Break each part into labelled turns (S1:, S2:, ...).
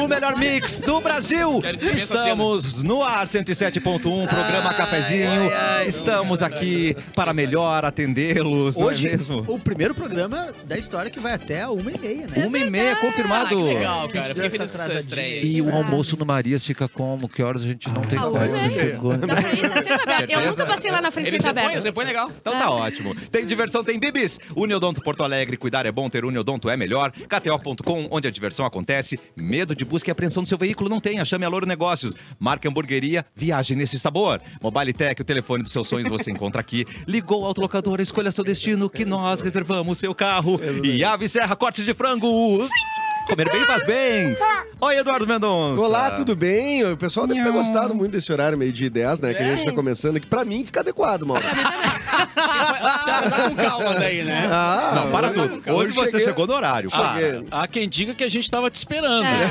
S1: o melhor mix do Brasil.
S2: Quero que esqueça a cena.
S1: Estamos no ar 107.1, programa Cafezinho. Estamos aqui para melhor atendê-los, não é
S3: Hoje,
S1: mesmo?
S3: o primeiro programa da história que vai até a uma e meia, né?
S1: Uma e meia, confirmado.
S2: é Ah, que legal, cara.
S3: Gente,
S2: Fiquei
S3: deu
S2: feliz
S3: essa
S2: com essa estreia. aí.
S4: E o
S5: Exato.
S4: almoço no Marias fica como? Que horas a gente não tem
S5: Ah,
S4: ideia?
S5: uma e meia. Dá pra ir, tá sempre aberto. Eu nunca passei lá na frente sem
S2: Eles
S5: estar
S2: repõem,
S5: aberto.
S2: eles repõem legal.
S1: Então tá ótimo. Tem diversão, tem bibis. Uniodonto Porto Alegre, cuidar é bom, ter Uniodonto é melhor. KTO.com, onde a diversão acontece. Medo de busca e apreensão do seu veículo não tenha. Chame a Louro Negócios. Marca Hamburgueria, viagem nesse sabor. Mobile Tech, o telefone dos seus sonhos você encontra aqui. Ligou o autolocador, escolha seu destino, que nós reservamos seu carro. E Ave Serra, cortes de frango. Comer bem faz bem. Oi, Eduardo Mendonça.
S6: Olá, tudo bem? O pessoal deve ter
S1: Nham.
S6: gostado muito desse horário, meio-dia e 10, né? Que a gente tá começando, que pra mim fica adequado, mal.
S2: Tá, mas dá com calma daí, né?
S6: Ah,
S1: Não, para
S6: mas
S1: tudo.
S6: eu
S1: Hoje você
S6: cheguei-
S1: chegou Ah, no horário. Para.
S6: Cheguei.
S7: Há quem diga que a gente tava te esperando.
S5: É,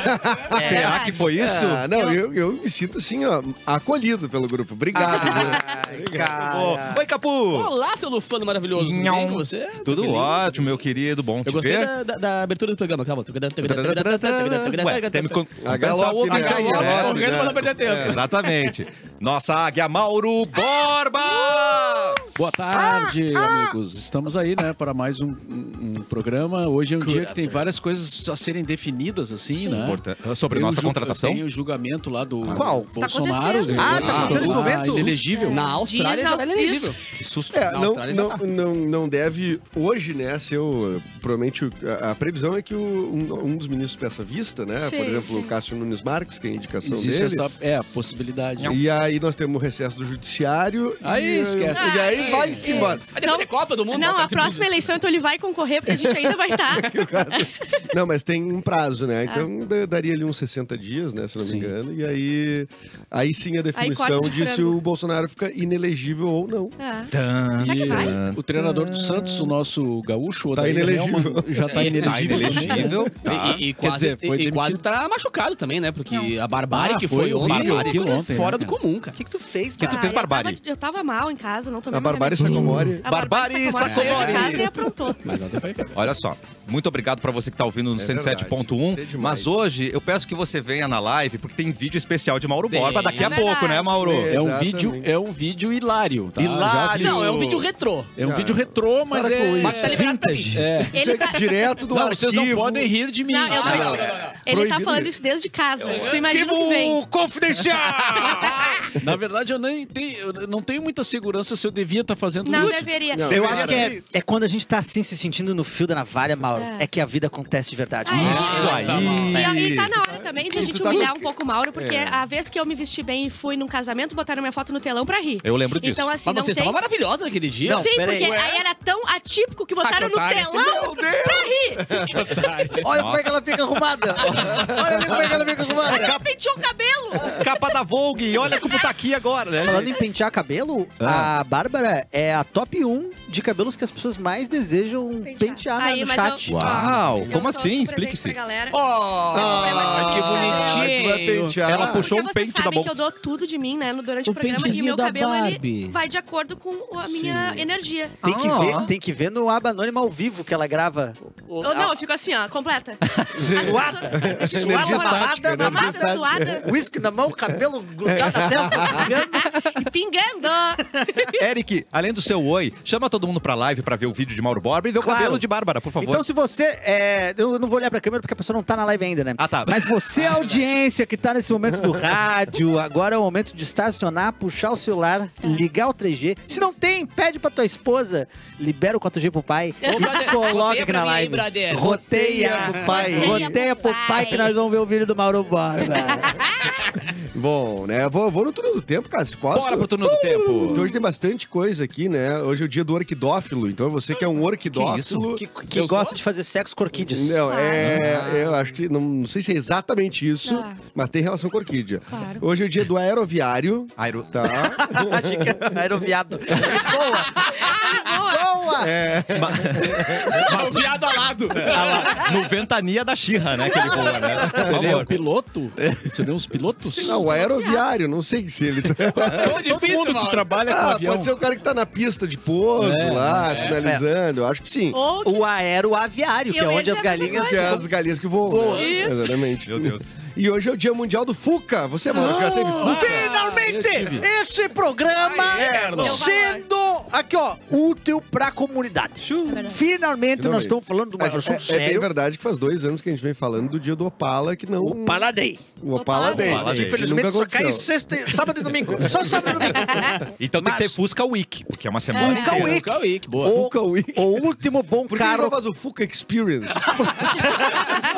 S5: é
S1: Será
S5: verdade.
S1: que foi isso?
S6: Ah, não,
S5: Eu-
S6: eu... Eu, me sinto assim, ó, acolhido pelo grupo. Obrigado. Ah,
S1: Ô, Oi, Capu.
S2: Olá, seu Lufano maravilhoso. Tudo bem com você?
S1: Tudo
S2: Feliz?
S1: ótimo, meu querido. Bom te
S2: Eu gostei
S1: ver.
S2: da, da- da abertura do programa, calma.
S1: Ué, até me con-
S6: A
S1: pensa o
S6: galope,
S1: ouvinte
S6: né?
S1: aí,
S2: Galope,
S1: né?
S2: correndo pra não perder tempo.
S1: É, Exatamente. Nossa águia Mauro Borba!
S7: Boa tarde, amigos. Estamos aí, né, para mais um, um- um programa. Hoje é um dia que tem várias coisas a serem definidas, assim, né?
S1: Porta- Sobre
S7: Tem o
S1: nossa
S7: ju-
S1: contratação.
S7: Tem o julgamento lá do
S6: Qual?
S5: Está
S7: Bolsonaro.
S5: Tá acontecendo.
S1: Ah, tá
S6: é
S1: acontecendo nesse
S7: Ah,
S1: momento?
S7: Inelegível.
S2: Na Austrália
S5: Diz
S2: já
S5: na- tá
S2: era elegível.
S1: Que susto. tá,
S2: Na
S6: É, não,
S2: Austrália
S6: não,
S2: já
S6: não, não deve hoje, né? Ser o, provavelmente o- a, a previsão é que o- um, um dos ministros peça vista, né?
S5: Sim,
S6: Por exemplo,
S5: sim.
S6: o Cássio Nunes Marques, que é a indicação
S7: Existe
S6: dele.
S7: essa é, a possibilidade.
S6: E aí nós temos o recesso do judiciário.
S7: Aí
S6: e,
S7: esquece.
S6: E aí vai-se embora.
S2: Mas deve ter Copa do Mundo. tá
S5: Não,
S2: cara.
S5: a próxima eleição, então ele vai concorrer, porque a gente ainda vai tá. estar.
S6: Não, mas tem um prazo,
S5: Ah.
S6: né? Então da- daria ali uns 60 dias, né? Se não me
S7: Sim.
S6: engano. E aí, aí sim a definição
S5: corte de
S6: de se
S5: frango.
S6: o Bolsonaro fica inelegível ou não.
S5: É.
S1: Tã.
S5: Será que
S7: E
S5: vai?
S7: o treinador do Santos, o nosso gaúcho, o
S6: Tá
S7: Odair
S6: inelegível.
S7: Hellman, já tá
S2: Tá
S7: inelegível. também, né?
S1: Inelegível.
S2: E- Ah, E, e quase,
S7: dizer, foi
S2: e- e
S7: demitido.
S2: quase tá machucado também, né? Porque a barbárie
S7: Ah,
S2: que
S7: foi
S2: foi ontem,
S7: horrível
S2: barbárie
S7: aquilo ontem, né,
S2: fora do
S7: cara?
S2: comum, cara.
S3: O que, que tu fez,
S1: Que tu
S3: cara?
S1: fez
S5: Ah, eu
S1: Barbárie?
S5: tava- Eu tava, mal em casa, não tomei
S6: A
S5: meu
S6: Barbárie
S5: remédio.
S6: Sacomori.
S5: A
S1: Barbárie
S5: Saiu de
S1: Sacomori.
S5: casa e aprontou.
S2: Mas ontem foi
S1: Olha só, muito obrigado pra você que tá ouvindo no
S6: verdade,
S1: 107.1.
S6: sei demais.
S1: mas hoje eu peço que você venha na live, porque tem vídeo especial de Mauro
S2: Tem.
S1: Borba daqui
S5: É
S1: a pouco, né,
S5: verdade.
S1: Mauro?
S6: É.
S7: É um,
S6: Exatamente.
S7: vídeo, é um vídeo hilário. Tá?
S1: Hilário.
S7: Já
S2: Não, é um vídeo retrô.
S7: que- É um
S6: Cara,
S7: vídeo retrô, mas
S6: para com
S7: é.
S6: isso.
S2: Mas tá liberado pra mim.
S7: é.
S5: Ele
S6: Chega
S5: tá,
S6: direto do
S7: Não,
S6: arquivo.
S7: vocês não podem rir de mim.
S5: não, eu não,
S7: Ah,
S5: estou- ele tá
S6: Proibido
S5: falando
S6: isso.
S5: isso desde casa. Tu imagina o que vem.
S1: Arquivo confidencial!
S7: Na verdade, eu nem tenho, eu não tenho muita segurança se eu devia estar fazendo
S5: Não
S7: isso.
S5: deveria.
S6: Não,
S3: Eu
S6: cara,
S3: acho que é, é quando a gente tá assim, se sentindo no fio da navalha, Mauro,
S5: É.
S3: é, que a vida acontece de verdade.
S5: Ah, é.
S1: Isso
S5: E, a-
S1: aí!
S5: e tá na hora também de a
S6: Tu
S5: gente
S6: tá
S5: humilhar
S6: com- É.
S5: um pouco o Mauro, porque a vez que eu me vesti bem e fui num casamento, botaram minha foto no telão pra rir.
S1: Eu lembro disso.
S5: Então, assim,
S2: Mas
S5: não
S2: você
S5: tem...
S2: estava maravilhosa naquele dia.
S5: Sim,
S3: peraí.
S5: porque aí era tão atípico que botaram
S2: Ah, que
S5: no
S2: otário.
S5: telão pra rir.
S3: Olha como é que ela fica arrumada. Olha ali como é que ela fica arrumada.
S5: Ela penteou o cabelo.
S1: Capa da Vogue, olha como tá aqui agora,
S3: Falando
S1: né?
S3: em pentear cabelo, a Bárbara é a top 1 de cabelos que as pessoas mais desejam pentear, né,
S5: Aí,
S3: no
S5: mas
S3: chat.
S5: eu-
S1: Uau,
S5: Eu
S1: como
S5: trouxe
S1: assim?
S5: um presente
S1: Explique-se.
S5: pra galera.
S2: Oh,
S6: Ah,
S2: mas que
S6: tu vai
S2: bonitinho.
S6: pentear.
S1: Ela
S5: Ah.
S1: puxou-
S5: Porque
S1: um
S5: vocês
S1: pente da
S5: sabem
S1: bolsa.
S5: que eu dou tudo de mim, né, no- durante
S2: Um
S5: o programa. E
S2: pentezinho
S5: meu
S2: da
S5: cabelo,
S2: Barbie.
S5: ele vai de acordo com a minha energia.
S3: Tem que,
S1: Ah.
S3: ver, tem que ver no Aba Anônima ao vivo que ela grava.
S5: Ou não, eu fico assim, ó, completa. Suada.
S6: Energia estática,
S5: Suada,
S6: né?
S5: mamada, suada
S3: Whisky na mão, cabelo grudado na testa.
S5: e pingando.
S1: Eric, além do seu oi, chama todo mundo pra live pra ver o vídeo de Mauro Borba e ver o
S3: Claro.
S1: cabelo de Bárbara, por favor.
S3: Então, se você. é, eu não vou olhar pra câmera porque a pessoa não tá na live ainda, né?
S1: Ah, tá.
S3: Mas você, audiência que tá nesse momento do rádio, agora é o momento de estacionar, puxar o celular,
S2: É.
S3: ligar o 3G. Se não tem, pede pra tua esposa, libera o 4G pro pai
S2: Ô, brother,
S3: e coloca
S2: roteia
S3: aqui
S2: pra
S3: na
S2: mim aí,
S3: live.
S2: brother.
S3: roteia
S6: Roteia
S3: pro
S6: pro
S3: pai.
S6: pai.
S3: Roteia pro pai que nós vamos ver o vídeo do Mauro Borba.
S6: Bom, né? Vou, vou no turno do tempo, cara. Se posso.
S1: Bora pro turno do tempo.
S6: Porque hoje tem bastante coisa aqui, né? Hoje é o dia do orquidófilo. Então você que é um orquidófilo.
S3: Que, que
S2: Eu
S3: gosta
S2: sou?
S3: de fazer sexo com orquídeas.
S6: Não, é. Eu acho que. Não, não sei se é exatamente isso,
S5: Tá.
S6: mas tem relação com orquídea.
S5: Claro.
S6: Hoje é o dia do aeroviário.
S1: Aero-
S6: Tá.
S3: Achei que era aeroviado.
S2: Ah,
S3: Boa! Boa!
S2: Mas viado alado.
S1: Ah lá, no Ventania da Xirra, né? Que ele voa, né? Por
S7: Você lê um
S1: favor. É.
S7: piloto? Você lê uns pilotos?
S6: Não, o aeroviário, não sei se ele. tá.
S1: é
S2: Todo
S7: Todo mundo que trabalha com
S6: Ah,
S7: avião.
S6: pode ser o cara que tá na pista de porto lá, sinalizando. Eu acho que sim.
S5: Ou que
S3: O aeroaviário, que
S5: Eu
S3: é
S5: ia
S3: onde as
S5: dizer a mesma
S3: galinhas.
S6: Que é as galinhas que voam. né?
S5: Isso.
S6: Exatamente.
S1: Meu Deus.
S6: E hoje é o Dia Mundial do Fuca. Você, mano, já teve Fuca?
S7: eu
S3: Finalmente,
S7: tive.
S3: esse programa sendo aqui, ó, útil pra comunidade. É Finalmente, nós
S6: Finalmente.
S3: estamos falando de um assunto
S6: É, é bem
S3: sério.
S6: verdade que faz dois anos que a gente vem falando do dia do Opala, que não.
S3: O Paladei.
S6: O Opala
S5: Opala
S6: Day.
S1: Day.
S6: que
S3: Infelizmente
S6: nunca
S3: só cai
S6: aconteceu.
S3: sexta, e- sábado e domingo. Só sábado e domingo.
S1: Então tem que
S3: Mas-
S1: ter Fusca Week, porque é uma semana
S3: Fusca
S1: inteira.
S3: Week.
S7: Fuca Week, boa.
S3: O-
S6: Fuca Week.
S3: O último bom
S6: Por que
S3: carro.
S6: não faz o Fuca Experience?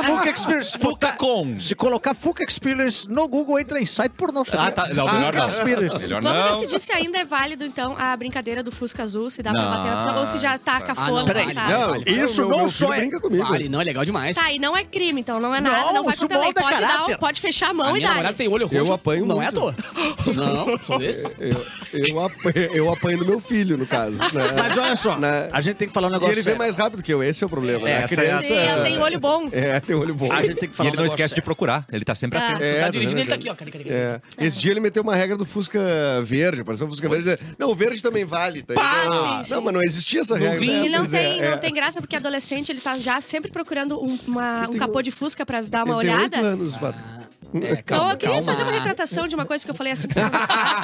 S3: Fuca Experience.
S1: Fuca
S3: Botar-
S1: com.
S3: Se colocar Fuca Experience no Google, entra em site pornô.
S1: Ah, tá. Não, melhor
S3: Fuca
S1: não.
S3: Experience.
S1: Melhor
S5: Vamos
S1: não.
S5: decidir se ainda é válido, então, a brincadeira do Fusca Azul, se dá pra bater na pessoa, ou se já
S1: Nossa.
S5: taca
S2: Ah,
S5: fogo,
S2: não, peraí.
S5: sabe?
S2: Não.
S3: Isso
S6: meu-
S3: não
S6: meu
S3: só
S6: filho
S3: é-
S6: Brinca comigo.
S2: Pare, não, é legal demais.
S5: Tá, e não é crime, então não é nada,
S3: Não,
S5: não, vai
S3: isso
S5: pro telão,
S3: molda
S5: pode, dar, um,
S3: caráter.
S5: pode fechar a
S2: A
S5: mão e
S2: minha
S5: dar.
S2: namorada tem olho roxo.
S6: Eu apanho
S2: Não é à
S6: muito.
S2: toa. Não, sou desse.
S6: Eu, eu, apanho, eu apanho do meu filho, no caso. né?
S3: Mas olha só,
S6: Na-
S3: a gente tem que falar um
S6: E
S3: negócio
S6: ele vem
S3: sério.
S6: mais rápido que eu, esse é o problema. né? A
S1: essa é a-
S6: criança.
S5: Sim, eu tenho olho bom.
S6: É, tem olho bom.
S3: A gente tem que
S1: E
S3: falar
S1: ele
S3: um
S1: não
S3: negócio
S1: esquece de
S3: sério.
S1: procurar. Ele tá sempre
S5: Ah.
S1: atento.
S6: É,
S2: Tá
S6: tá
S2: dirigindo,
S6: vendo?
S2: ele tá aqui, ó. Cadê, cadê, cadê?
S6: É. Esse dia ele meteu uma regra do Fusca verde, apareceu um Fusca verde. e disse, Não, o verde também vale. tá?
S5: Pá,
S6: não,
S5: sim,
S6: não,
S5: sim.
S6: mas não existia essa regra.
S5: E não
S6: Pois é,
S5: tem,
S6: é.
S5: não tem graça, porque adolescente ele tá já sempre procurando um, uma- um capô de fusca pra dar uma
S6: ele tem
S5: olhada.
S6: oito anos, Vato.
S2: É,
S5: então
S2: calma,
S5: eu queria
S2: calma.
S5: fazer uma retratação de uma coisa que eu falei assim que você não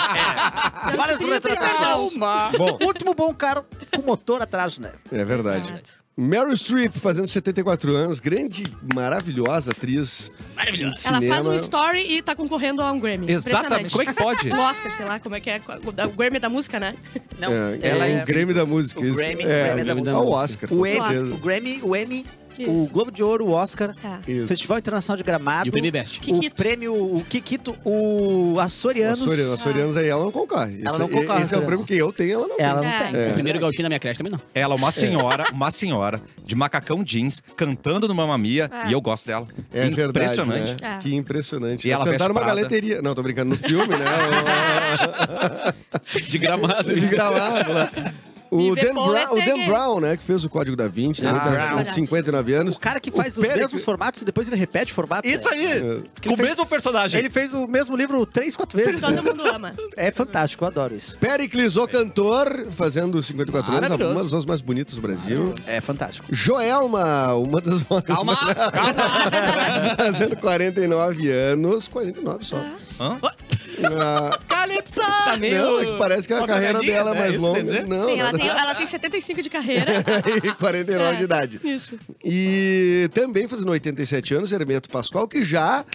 S5: faz.
S3: Várias retratações.
S2: Calma.
S6: Bom,
S3: Último bom carro com motor atrás, né?
S6: é verdade. Meryl Streep fazendo 74 anos, grande, maravilhosa atriz. Maravilhosa.
S5: Ela faz um story e tá concorrendo a um Grammy.
S1: Exatamente. Como é que pode?
S5: O Oscar, sei lá, como é que é. O Grammy da música, né?
S3: Não,
S6: É,
S3: ela
S6: é,
S3: é
S6: o Grêmio da Música.
S3: O
S6: isso.
S3: Grammy,
S6: é,
S3: o Grammy da
S6: Ah, o
S7: música.
S6: Oscar.
S3: o
S6: com
S3: Emmy,
S6: certeza.
S3: o Grammy, o Emmy, o
S5: Isso.
S3: Globo de Ouro, o Oscar,
S5: Tá.
S6: Isso.
S3: Festival Internacional de Gramado,
S2: E o Prêmio Best.
S3: o
S5: Kikito.
S3: prêmio, o Kikito, o
S6: O
S3: Açorianos.
S6: Açorianos, Açorianos aí ela não concorre.
S3: Ela
S6: Esse-
S3: não concorre,
S6: Esse é o
S3: Açorianos.
S6: prêmio que eu tenho, ela não
S3: Ela não
S5: É,
S3: tem.
S5: então.
S2: O primeiro gauchinho da minha creche também não.
S1: Ela, é uma senhora, uma senhora de macacão jeans, cantando no Mamma Mia,
S5: É.
S1: e eu gosto dela.
S6: É verdade,
S1: Impressionante.
S6: né?
S5: É.
S6: Que impressionante.
S1: E ela veste
S6: Cantaram uma
S1: Prada.
S6: galeteria. Não, tô brincando no filme, né?
S7: De gramado.
S6: de gravado lá. O
S5: Me vê
S6: Dan,
S5: Paul
S6: Brown, o Dan
S5: Leterguer.
S6: Brown, né, que fez o Código da Vinci, né,
S3: Ah,
S6: tá
S3: Brown.
S6: com 59 anos.
S3: O cara que faz os
S6: Pérez-
S3: mesmos formatos e depois ele repete o formato.
S1: Isso
S3: né?
S1: aí!
S6: É.
S1: Com o mesmo personagem.
S3: Ele fez o mesmo livro três, quatro vezes.
S5: Todo mundo ama.
S3: É fantástico, eu adoro isso.
S6: Pericles, o cantor, fazendo 54 anos,
S2: Maravilhoso.
S6: uma das vozes mais bonitas do Brasil.
S3: É fantástico.
S6: Joelma, uma das vozes
S2: Calma, calma.
S6: fazendo 49 anos. 49 só.
S1: Hã?
S6: Ah,
S2: Calypso! Tá meio...
S6: não, é que parece que a
S2: uma
S6: carreira
S2: pegadinha,
S6: dela é
S2: né?
S6: mais
S2: Isso quer
S6: longa.
S2: dizer?
S6: Não,
S5: Sim, ela
S6: nada.
S5: tem, ela tem 75 de carreira.
S6: e 49 de
S5: É.
S6: idade.
S5: Isso.
S6: E também fazendo 87 anos, Hermeto Pascoal, que já.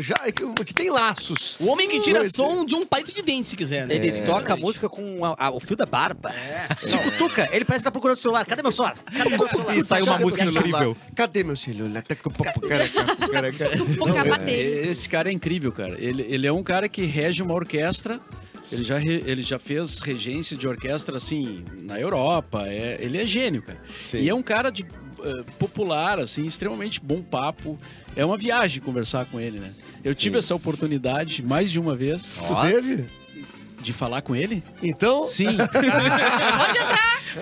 S6: já que, que tem laços.
S2: O homem que tira
S6: Oi,
S2: som de um palito de dente, se quiser, né?
S3: Ele
S2: É.
S3: toca a música com a- a- o fio da barba. Se cutuca, ele parece estar procurando o celular. Cadê meu celular? Cadê meu celular?
S1: E saiu uma música
S6: Cadê meu celular?
S1: incrível.
S6: tá Cadê meu celular? Tá com papo, cara, papo, cara, cara.
S5: Pouca bateria.
S7: É, Esse cara é incrível, cara. Ele, ele é um cara que rege uma orquestra. Ele já, re- ele já fez regência de orquestra, assim, na Europa. É, ele é gênio, cara.
S6: Sim.
S7: E é um cara de, eh, popular, assim, extremamente bom papo. É uma viagem conversar com ele, né? Eu tive essa oportunidade, mais de uma vez,
S6: Tu teve?
S7: de falar com ele.
S6: Então.
S7: Sim.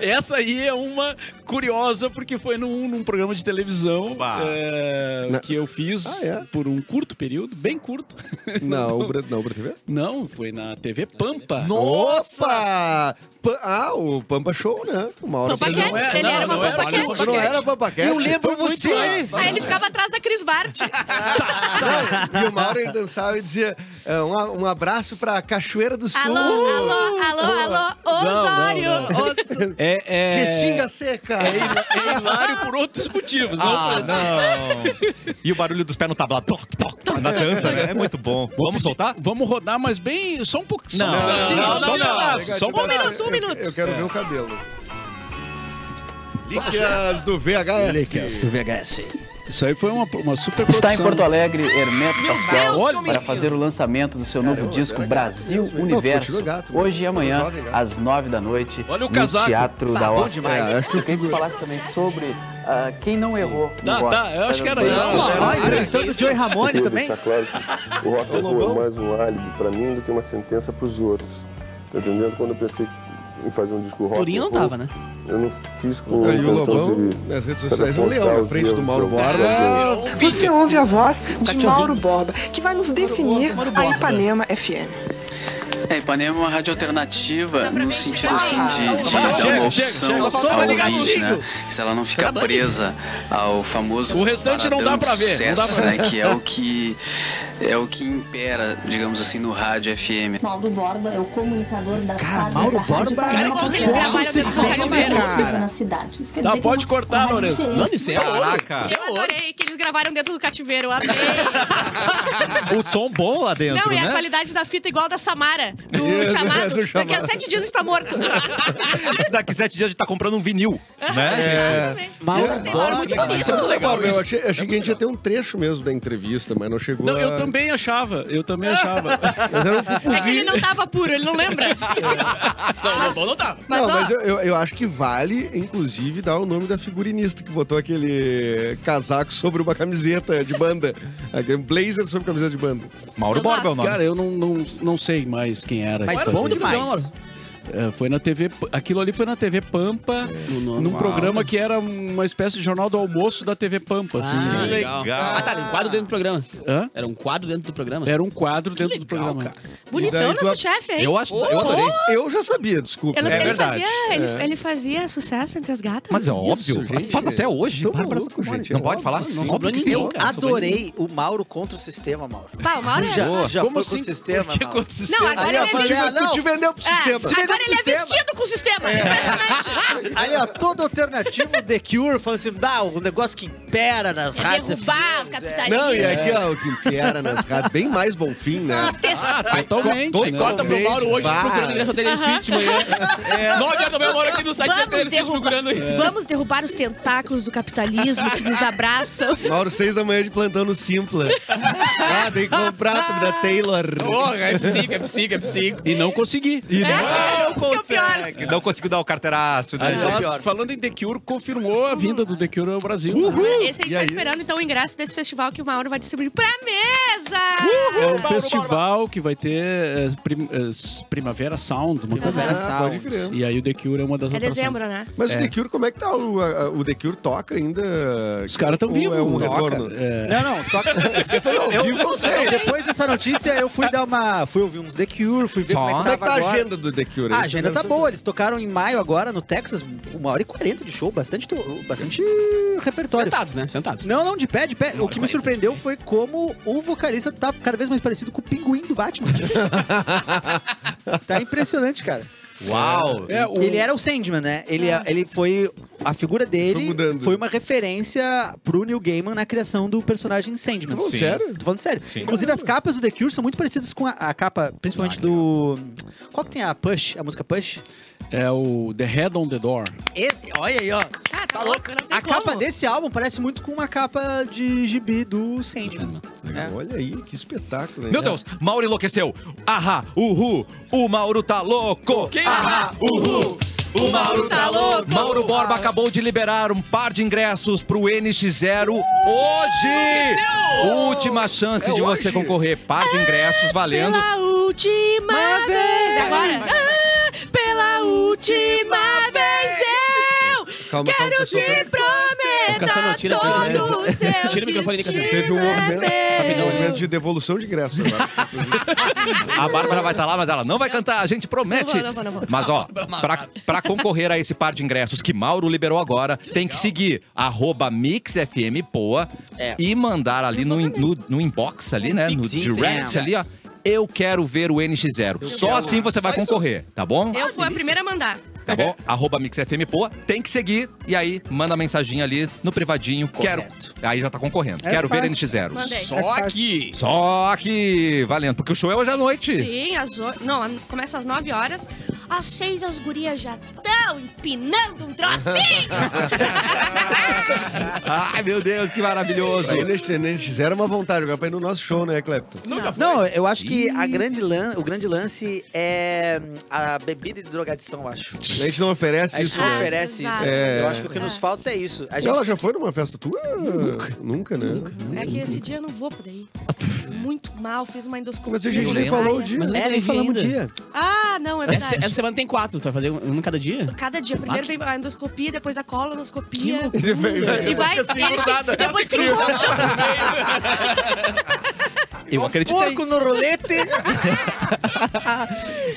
S7: Essa aí é uma curiosa, porque foi num, num programa de televisão
S1: Oba.
S7: eh,
S6: Na-
S7: que eu fiz
S6: Ah, é?
S7: por um curto período, bem curto.
S6: Não, o Bra- não, o Bra- TV?
S7: Não, foi na TV Pampa.
S6: Nossa! Pa- ah, o Pampa Show, né? Uma hora
S5: Pampa
S6: você
S5: Cat,
S6: não
S7: é-
S5: ele
S7: não,
S5: era uma
S7: não era
S5: Pampa
S7: uma
S5: Cat.
S6: Não era Pampa Cat.
S3: Eu lembro
S6: Foi muito
S3: você.
S6: antes.
S5: Aí ele ficava atrás da Cris Bart.
S6: E o Mauro ele dançava e dizia é, um, a- um abraço pra Cachoeira do Sul.
S5: Alô, alô, alô, alô,
S7: não,
S5: Osório.
S7: não. É, é...
S6: Restinga seca.
S7: É hilá- é hilário por outros motivos.
S1: Ah,
S7: não por-
S1: não! E o barulho dos pés no tablado. Toc, toc, toc, na dança, né? É muito bom. Vamos soltar?
S7: Vamos rodar, mas bem... Só um pouquinho. só um
S1: Não, não,
S7: pedacinho,
S1: não,
S7: só
S1: não,
S7: um
S1: não.
S7: pedaço, Só um
S5: Um
S7: pedaço.
S5: minuto, um minuto.
S6: Eu quero ver o cabelo. Líquias do VHS.
S3: Líquias do VHS.
S7: Isso aí foi uma, uma super
S8: Está em
S7: produção.
S8: Porto Alegre Hermeto
S5: Deus,
S8: Pascoal
S5: como
S8: para
S5: menino.
S8: fazer o lançamento do seu novo
S6: Caramba,
S8: disco
S6: era
S8: Brasil
S6: gato mesmo, hein? Não,
S8: Universo.
S6: continua
S7: né?
S6: gato, mas
S8: Hoje e amanhã,
S6: jovem gato.
S8: às nove da noite,
S7: Olha o
S8: no
S7: casaco. tá
S8: Teatro da
S3: bom
S8: Ópera.
S3: demais.
S8: Eu queria que tu
S5: Tá,
S8: falasse também sobre ah, quem não errou no
S7: Tá,
S8: rock.
S7: tá, eu acho que era
S8: Era
S7: isso.
S8: um
S6: Não,
S3: Ó, entrevistando o Joey Ramone também.
S9: Está tá claro que o rock and roll é mais um álibi para mim do que uma sentença para os outros. Tá entendendo? Quando eu pensei em fazer um disco rock,
S2: Turinho
S9: and
S2: não
S9: roll,
S2: tava, né?
S9: eu não fiz com a
S6: E o
S9: intenção
S6: Lobão,
S9: de...
S6: nas redes sociais, é um leão na frente do Mauro
S2: Ah,
S6: Borba.
S10: Você ouve
S2: né?
S10: a voz de Mauro Borba, que vai nos definir a Ipanema FM.
S8: É, Ipanema é uma rádio alternativa
S5: Dá pra
S8: no
S5: ver?
S8: sentido assim de, de
S2: Chega,
S8: dar
S2: chega,
S8: uma
S2: chega.
S8: opção
S2: Só faltava
S8: ao
S2: ligar no
S8: ouvinte, né?
S2: Chico.
S8: Se ela não ficar presa ao famoso
S7: O restante não
S8: paradão
S7: dá pra
S8: de
S7: ver, não dá
S8: sucesso,
S7: pra
S8: né? Que é o que é o que impera, digamos assim, no rádio FM.
S10: Mauro Borba é o comunicador da
S3: Cara,
S10: saga
S3: Mauro
S10: da Rádio
S3: Borba
S10: Ipanema
S5: é
S10: com
S5: inclusive
S10: foco
S5: trabalha na
S10: consistente
S5: Rádio
S10: na
S3: Ipanema.
S10: narrativa na cidade. Isso quer
S7: Tá,
S10: dizer que
S7: pode
S10: uma-
S7: cortar,
S10: uma rádio
S7: Lourenço.
S10: diferente.
S2: Dando licença.
S6: Ah,
S1: Caraca.
S5: Eu adorei que eles gravaram dentro do cativeiro. eu Amei.
S1: O som bom lá dentro,
S5: Não, e
S1: né?
S5: a qualidade da fita igual a da Samara, do
S6: É,
S5: chamado.
S6: do chamado.
S5: Daqui a sete dias a gente tá morto.
S1: Daqui sete dias a gente tá comprando um vinil, né?
S5: Exatamente.
S3: Mauro
S5: Tem uma hora muito bonita.
S6: Isso é muito legal. Eu achei, achei que a gente ia ter um trecho mesmo da entrevista, mas não chegou
S7: Não,
S6: a...
S7: eu também achava, eu também achava.
S6: Mas era um
S5: É que ele não tava puro, ele não lembra.
S2: Não,
S5: Ah.
S2: não, não, não dá.
S5: Mas,
S6: não,
S5: ó,
S6: mas eu, eu- eu acho que vale, inclusive, dar o nome da figurinista que botou aquele casaco sobre uma camiseta de banda. Aquele blazer sobre camiseta de banda.
S1: Mauro
S5: Eu
S1: Borba é o
S5: gosto,
S1: nome.
S7: Cara, eu não, não, não sei mais quem era.
S3: Mas
S7: que
S3: bom
S7: fazia.
S3: demais.
S7: É, foi na TV. P- Aquilo ali foi na TV Pampa, num programa que era uma espécie de jornal do almoço da TV Pampa. assim.
S2: Ah,
S1: legal.
S2: Ah, tá, era um quadro dentro do programa.
S7: Hã?
S2: Era um quadro dentro do programa.
S7: Era um quadro dentro do
S2: legal,
S7: programa.
S5: bonitão
S6: daí tu
S5: nosso
S6: a-
S5: chefe, hein?
S2: Eu acho, eu adorei.
S6: Eu já sabia, desculpa.
S5: Eu não sei,
S1: É
S5: ele,
S1: verdade.
S5: fazia, ele, ele fazia sucesso entre as gatas.
S1: Mas é óbvio.
S6: gente.
S1: Faz até hoje.
S6: Tão
S1: Bárbara
S6: maluco,
S1: Sacomori.
S6: gente, é
S1: Não pode
S6: óbvio.
S1: falar.
S2: Não sobrou
S1: Óbvio que
S2: ninguém,
S1: sim.
S2: cara.
S3: Adorei o Mauro contra o sistema, Mauro.
S5: Pá, uma hora...
S3: Tu já, tu já
S7: Como
S3: foi
S7: assim?
S3: com o sistema,
S7: Por que
S3: Mauro.
S7: aconteceu?
S5: Não, agora
S3: Aí, ó,
S5: ele é
S3: pra-
S5: vestido...
S3: é, não.
S6: Tu te vendeu pro
S5: É,
S6: tipo, sistema.
S5: agora ele é vestido com o sistema. Impressionante.
S3: Aí, ó, todo alternativo The Cure falando assim, dá, o negócio que impera nas
S5: É
S3: rádios.
S5: derrubar o
S3: FM,
S5: capitalismo.
S6: Não, e aqui, ó, o que- que era nas rádios, bem mais bom fim, né?
S5: Tristeza.
S7: Totalmente,
S6: Tô-
S7: né?
S6: tô-
S2: Corta pro Mauro hoje
S6: Vai.
S2: procurando ingresso pra Taylor Swift de manhã. Nove horas da manhã, eu moro aqui no site da
S5: Vamos
S2: Taylor Swift
S5: derrubar,
S2: procurando aí.
S5: vamos derrubar os tentáculos do capitalismo que nos abraçam.
S6: Mauro, seis da manhã de plantão no Simpla. Ah, tem que comprar tudo da Taylor.
S2: Porra, é psico, é psico, é psico.
S7: E não consegui.
S5: É, isso que é o pior.
S1: É que Não conseguiu dar o carteiraço.
S6: É.
S1: né?
S7: Aliás, falando em The Cure, confirmou a vinda do The Cure ao Brasil. né?
S5: Esse a gente tá esperando, então, o ingresso desse festival que o Mauro vai distribuir pra mesa!
S7: É um festival que vai ter é, prim- é, s- Primavera Sound, uma coisa
S3: Primavera
S7: assim.
S6: Ah, pode crer.
S7: E aí o The Cure é uma das
S5: É
S7: atrações.
S5: dezembro, né?
S6: Mas o The Cure, como é que tá? O, a- o The Cure toca ainda?
S7: Os caras estão
S6: Ou
S7: vivos.
S6: É um
S7: Toca.
S6: retorno.
S7: É.
S3: Não, não, toca.
S6: Não,
S3: Eu,
S6: tá vivo né? eu sei.
S3: não, depois dessa notícia, eu fui dar uma. Fui ouvir uns The Cure, fui ver como é que
S6: Como
S3: tava
S6: é que tá a
S3: agora.
S6: agenda do The Cure?
S3: A
S6: Isso né?
S3: agenda
S6: eu
S3: tá
S6: quero
S3: boa, eles tocaram em maio agora no Texas, uma hora e quarenta de show, bastante, to- bastante repertório.
S6: tá-
S2: Sentados, né? Sentados.
S3: Não, não, de pé, de pé. O que me surpreendeu foi como o vocalista tá cada vez mais parecido com o pinguim do Batman. tá impressionante, cara.
S1: Uau.
S7: É, o-
S3: Ele era o Sandman, né? Ele, ele foi. A figura
S6: Foi
S3: dele foi,
S6: mudando.
S3: uma referência pro Neil Gaiman na criação do personagem Sandman.
S6: Tá falando Sim. sério?
S3: Tô falando sério.
S1: Sim.
S3: Inclusive, as capas do The Cure são muito parecidas com a, a capa, principalmente do. Qual que tem a Push? A música Push?
S7: é o The Head on the Door.
S3: E- olha aí, ó.
S5: Ah, tá louco, não tem
S3: A
S5: como.
S3: capa desse álbum parece muito com uma capa de gibi do Sandman.
S6: saber. Olha aí, que espetáculo. hein?
S1: Meu Deus, Mauro enlouqueceu. Ahá, uhu, o Mauro tá louco.
S2: Quem?
S1: Ahá, uhu. O Mauro tá louco! Mauro Borba acabou de liberar um par de ingressos pro NX0 hoje! Última chance
S6: É
S1: de você
S6: hoje?
S1: concorrer. Par de ingressos valendo.
S5: Pela última vez! Agora! Ah, pela última vez eu
S6: Calma, calma,
S5: quero
S6: pessoal.
S5: que prometa
S2: Cassiano, tira-
S5: todo o seu
S2: Tira o microfone dele,
S5: destino
S2: Cassiano.
S6: Teve um
S5: é
S6: movimento, um
S5: meu.
S6: movimento de devolução de ingresso agora.
S1: A Bárbara vai estar lá, mas ela não vai cantar, a gente promete.
S5: Não vou, não vou, não vou.
S1: Mas ó, pra, pra concorrer a esse par de ingressos que Mauro liberou agora, tem que seguir arroba MixFMPoa
S3: É.
S1: e mandar ali no, no, no inbox ali, né? No
S3: Sim, sim,
S1: direct
S3: é.
S1: ali, ó. Eu quero ver o NX0. Só assim você vai concorrer, tá bom?
S5: Eu fui a primeira a mandar.
S1: Tá bom? Arroba MixFMPoa, tem que seguir. E aí, manda mensagem ali no privadinho.
S3: Correto.
S1: Quero. Aí já tá concorrendo.
S3: É
S1: quero ver
S3: fácil.
S1: NX0.
S5: Mandei.
S2: Só aqui.
S1: Só que, valendo, porque o show é hoje à noite.
S5: Sim, às o... Não, a- começa às 9 horas. Às 6 as gurias já estão empinando um trocinho!
S1: Ai, meu Deus, que maravilhoso.
S6: Aí neste NX era uma vontade agora pra ir no nosso show, né, Clepton?
S3: Não, eu acho que a grande lan- o grande lance é hum, a bebida de drogadição, eu acho.
S6: A gente não oferece
S3: A gente
S6: isso.
S3: não
S5: Ah,
S6: né?
S3: oferece isso.
S5: exato.
S6: É.
S3: Eu acho que o que nos falta é isso. A gente
S6: Ela já foi numa festa tua? Nunca. né?
S5: É que esse dia eu não vou poder ir. Muito mal, fiz uma endoscopia.
S6: Mas é a gente nem
S1: lembro.
S6: falou o dia.
S2: Mas-
S3: É, nem falamos o dia.
S5: Ah, não, é
S2: Essa,
S5: verdade.
S2: essa semana tem quatro, tu vai fazer um em cada dia?
S5: Cada dia. Primeiro vem a endoscopia, depois a
S2: Que
S5: colonoscopia.
S6: Esse foi-
S5: E vai,
S3: assim,
S5: eles se, depois se encontram.
S1: Eu acreditei.
S3: Porco no rolete.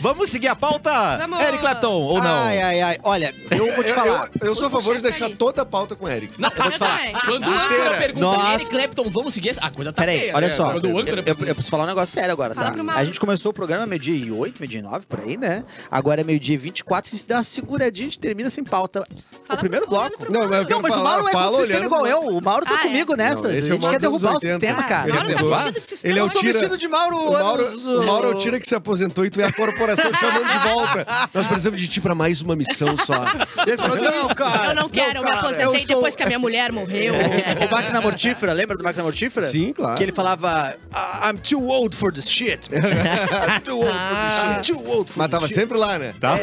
S1: Vamos seguir a pauta?
S5: Vamos.
S1: Eric Clapton, ou não?
S3: Ai, ai, ai. Olha, eu vou te falar.
S6: Eu, eu sou a favor de deixar toda a pauta com o Eric.
S2: Não,
S5: Eu também.
S2: Quando o âncora pergunta,
S3: Nossa.
S2: Eric Clapton, vamos seguir essa... A coisa tá
S3: Peraí,
S6: Assim,
S2: feia,
S3: olha
S2: né?
S3: só.
S6: é,
S2: Quando
S3: Eu,
S2: o âncora...
S3: eu- eu preciso falar um negócio sério agora,
S5: Fala
S3: tá?
S5: pro Mauro.
S3: A gente começou o programa meio-dia 8, meio-dia 9, por aí, né? Agora é meio-dia 24, se a gente der uma seguradinha, a gente termina sem pauta. o
S5: Fala
S3: primeiro
S5: pro- olha
S3: bloco.
S5: pro
S6: Não, mas eu
S3: Não,
S6: quero
S3: mas o
S6: falar,
S3: Mauro é
S6: fala
S3: do sistema
S6: olhando.
S3: igual eu. O Mauro tá
S5: Ah, é?
S3: comigo nessas. a
S6: esse é o
S3: gente
S6: Mauro
S3: quer
S6: dos
S3: derrubar o
S6: 80.
S3: sistema,
S5: Ah,
S3: cara.
S6: Ele
S5: Mauro tá
S6: derrubar?
S5: fugindo do sistema.
S6: Ele é o
S3: Eu tô
S6: tira-
S3: vestido de Mauro.
S6: O Mauro,
S3: anos-
S6: o Mauro é o tira que se aposentou e tu é a corporação chamando de volta. Nós precisamos de ti pra mais uma missão só.
S3: Ele falou, não, cara.
S5: Eu não quero, eu me
S3: cara, eu É,
S5: aposentei
S3: estou-
S5: depois que a minha mulher morreu.
S3: o máquina mortífera, lembra do máquina mortífera?
S6: Sim, claro.
S3: Que ele falava, "Ah, I'm too old for this shit. I'm too old for this shit. I'm too old for
S6: Mas tava
S3: this shit.
S6: sempre lá, né?
S1: Tá?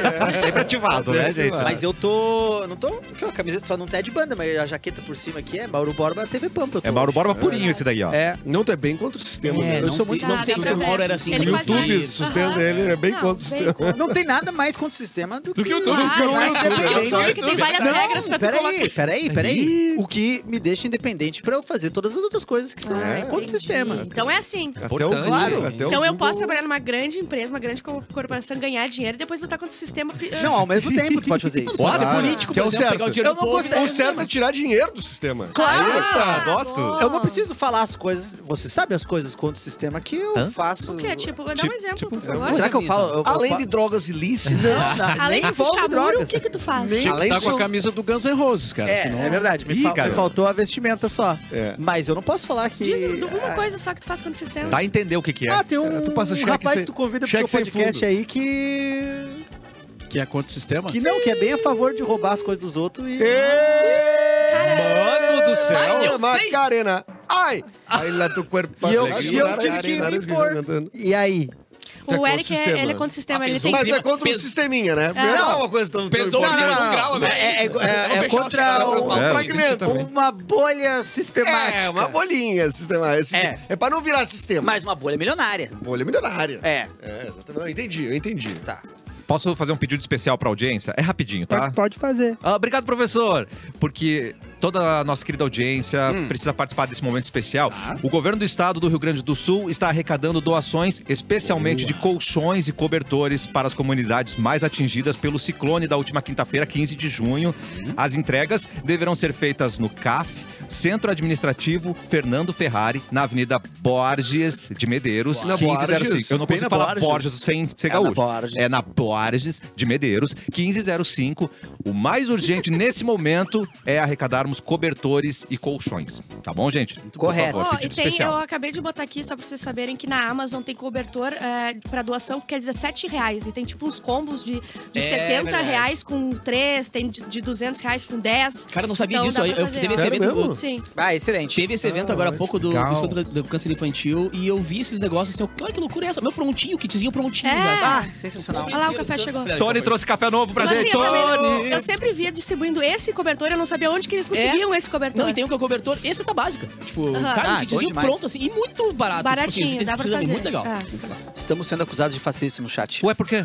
S1: Sempre ativado, né, gente?
S3: Mas eu tô. Não tô. que A camiseta só não tá de banda, mas a jaqueta por cima aqui é Mauro Borba TV Pampa. eu tô-
S1: É Mauro Borba purinho esse daí, ó.
S6: É, não, tu é bem contra o sistema,
S2: É,
S6: né?
S2: não
S3: sou
S2: sei-
S3: muito-
S2: Não
S5: Ah,
S2: sei
S5: dá
S2: se
S5: pra
S2: o
S5: ver.
S2: Mauro era assim.
S5: Ele
S2: no
S5: faz
S2: YouTube.
S5: live.
S6: sustenta
S5: Aham.
S6: ele, é bem
S5: Não,
S6: contra o
S5: bem
S6: sistema.
S5: contra.
S3: Não tem nada mais contra o sistema do que,
S2: que o YouTube.
S5: Ah,
S6: que o
S5: mas
S6: YouTube,
S5: depende
S6: né?
S5: do YouTube, que tem várias
S3: então, Não,
S5: regras pra tu colocar.
S3: peraí, peraí, peraí. O que me deixa independente pra eu fazer todas as outras coisas que são
S5: Ah,
S3: contra o
S5: entendi.
S3: É, sistema.
S5: Então é assim.
S6: Até
S1: Importante.
S6: o
S1: Claro.
S6: até o
S5: Então eu
S6: Google-
S5: posso trabalhar numa grande empresa, uma grande co- corporação, ganhar dinheiro e depois lutar contra o sistema. ah, porque-
S3: Não, ao mesmo tempo tu pode fazer isso.
S2: Pode ser
S6: Claro.
S2: político,
S6: Que é
S2: por
S6: o
S2: exemplo,
S6: certo.
S2: pegar o dinheiro
S3: Eu
S2: do
S3: não
S2: povo. assim. Ah!
S3: gostei.
S6: O certo é tirar dinheiro do sistema.
S3: Claro.
S1: Eita, gosto.
S5: boa.
S3: Eu não preciso falar as coisas. Você sabe as coisas contra o sistema que eu
S1: Hã?
S3: faço.
S5: O que é? Tipo, dá um exemplo, por favor.
S3: Será que eu falo? eu- eu
S11: Além
S3: fa-
S11: de drogas ilícitas,
S3: Não, não,
S5: Além
S3: nem
S5: de
S3: envolve
S5: puxar muro, o
S3: drogas.
S5: que que tu faz?
S7: Tinha que
S11: Além
S7: tá
S11: disso-
S7: com a camisa do Guns N' Roses, cara.
S3: É,
S7: senão-
S3: é verdade. Me,
S1: Ih,
S3: fal-
S1: cara.
S3: me faltou a vestimenta só.
S6: É.
S3: Mas eu não posso falar que.
S5: Diz alguma coisa só que tu faz contra o sistema.
S1: Dá a entender o que que é.
S3: Ah, tem um,
S6: É, tu passa
S3: um
S6: cheque
S3: rapaz
S6: sem-
S3: que tu convida pro teu
S6: cheque sem
S3: podcast
S6: fundo.
S3: aí que.
S7: Que é contra o sistema.
S3: Que não, que é bem a favor de roubar as coisas dos outros e.
S1: Mano do
S6: Ai,
S1: céu!
S6: Macarena. Ai! Baila do corpo.
S3: E eu-
S6: Acho
S3: e eu
S6: cara-
S3: tive que
S6: cara-
S3: me impor. E aí?
S6: Tá
S5: O
S6: contra
S5: Eric,
S6: o
S5: é,
S6: sistema.
S5: ele é contra o sistema, ele tem...
S6: Mas é contra o
S2: Peso-
S6: sisteminha, né?
S5: É.
S6: Não é uma coisa tão... tão
S2: Pesou o
S6: importante.
S2: nível
S6: Não,
S2: do
S6: não,
S2: grau agora.
S3: É, é- é-
S2: Vamos
S3: é
S2: fechar os
S3: contra
S2: caras pra
S3: o-
S2: pauta.
S1: É,
S6: fragmento.
S3: uma bolha sistemática.
S6: É, uma bolinha sistema. É, sistema. é pra não virar sistema.
S3: Mas uma bolha milionária.
S6: Bolha milionária.
S3: É.
S6: É, exatamente. Eu entendi, eu entendi.
S1: Posso fazer um pedido especial pra audiência? É rapidinho, tá?
S3: Pode fazer.
S1: Ah, obrigado, professor! Porque toda a nossa querida audiência
S3: Hum.
S1: precisa participar desse momento especial.
S3: Tá.
S1: O governo do estado do Rio Grande do Sul está arrecadando doações, especialmente de colchões e cobertores para as comunidades mais atingidas pelo ciclone da última quinta-feira, 15 de junho.
S3: Hum.
S1: As entregas deverão ser feitas no CAF, Centro Administrativo Fernando Ferrari, na Avenida Borges de Medeiros,
S6: Na
S1: 1505.
S6: Borges?
S1: Eu não
S3: Bem
S1: consigo
S3: na
S1: falar
S3: Borges.
S1: Borges sem ser
S3: É na
S1: gaúcho.
S3: Borges.
S1: É na Borges de Medeiros, 1505. O mais urgente nesse momento é arrecadarmos cobertores e colchões. Tá bom, gente?
S3: Correto.
S1: Por
S5: Ó,
S1: favor,
S5: e
S1: pedido
S5: tem, eu
S1: especial.
S5: acabei de botar aqui, só pra vocês saberem, que na Amazon tem cobertor é, pra doação que é 17 reais. E tem tipo uns combos de, de
S2: É
S5: 70
S2: verdade.
S5: reais com 3, tem de, de 200 reais com 10.
S2: Cara, eu não sabia
S5: Então
S2: disso
S5: dá
S2: aí.
S5: pra
S2: Eu
S5: fazer,
S2: teve
S5: ó.
S2: esse
S6: Sério
S2: evento.
S6: mesmo?
S5: Sim.
S3: Ah, excelente.
S2: Teve esse evento
S1: é
S2: agora há pouco do,
S4: legal.
S2: do escondo do câncer infantil e eu vi esses negócios assim, eu, olha que loucura é essa? Meu prontinho, kitzinho prontinho.
S5: É.
S2: Já, assim.
S3: Ah, sensacional.
S5: Olha lá, o café chegou.
S1: Tony trouxe café novo pra
S5: Mas,
S1: gente.
S5: assim, eu,
S1: Tony!
S5: também- eu sempre via distribuindo esse cobertor, eu não sabia onde que eles conseguiam esse cobertor.
S2: É? Não, e tem um que é o cobertor, esse tá básico. Tipo,
S5: Aham.
S2: cara,
S3: Ah,
S2: um
S3: bom
S2: kitzinho
S3: demais.
S2: pronto assim, e muito barato.
S5: Baratinho,
S2: tipo, assim,
S5: dá pra
S2: precisa-
S5: fazer.
S2: Muito legal.
S5: É.
S2: Muito legal.
S3: Estamos sendo acusados de fascista no chat.
S4: Ué, por quê?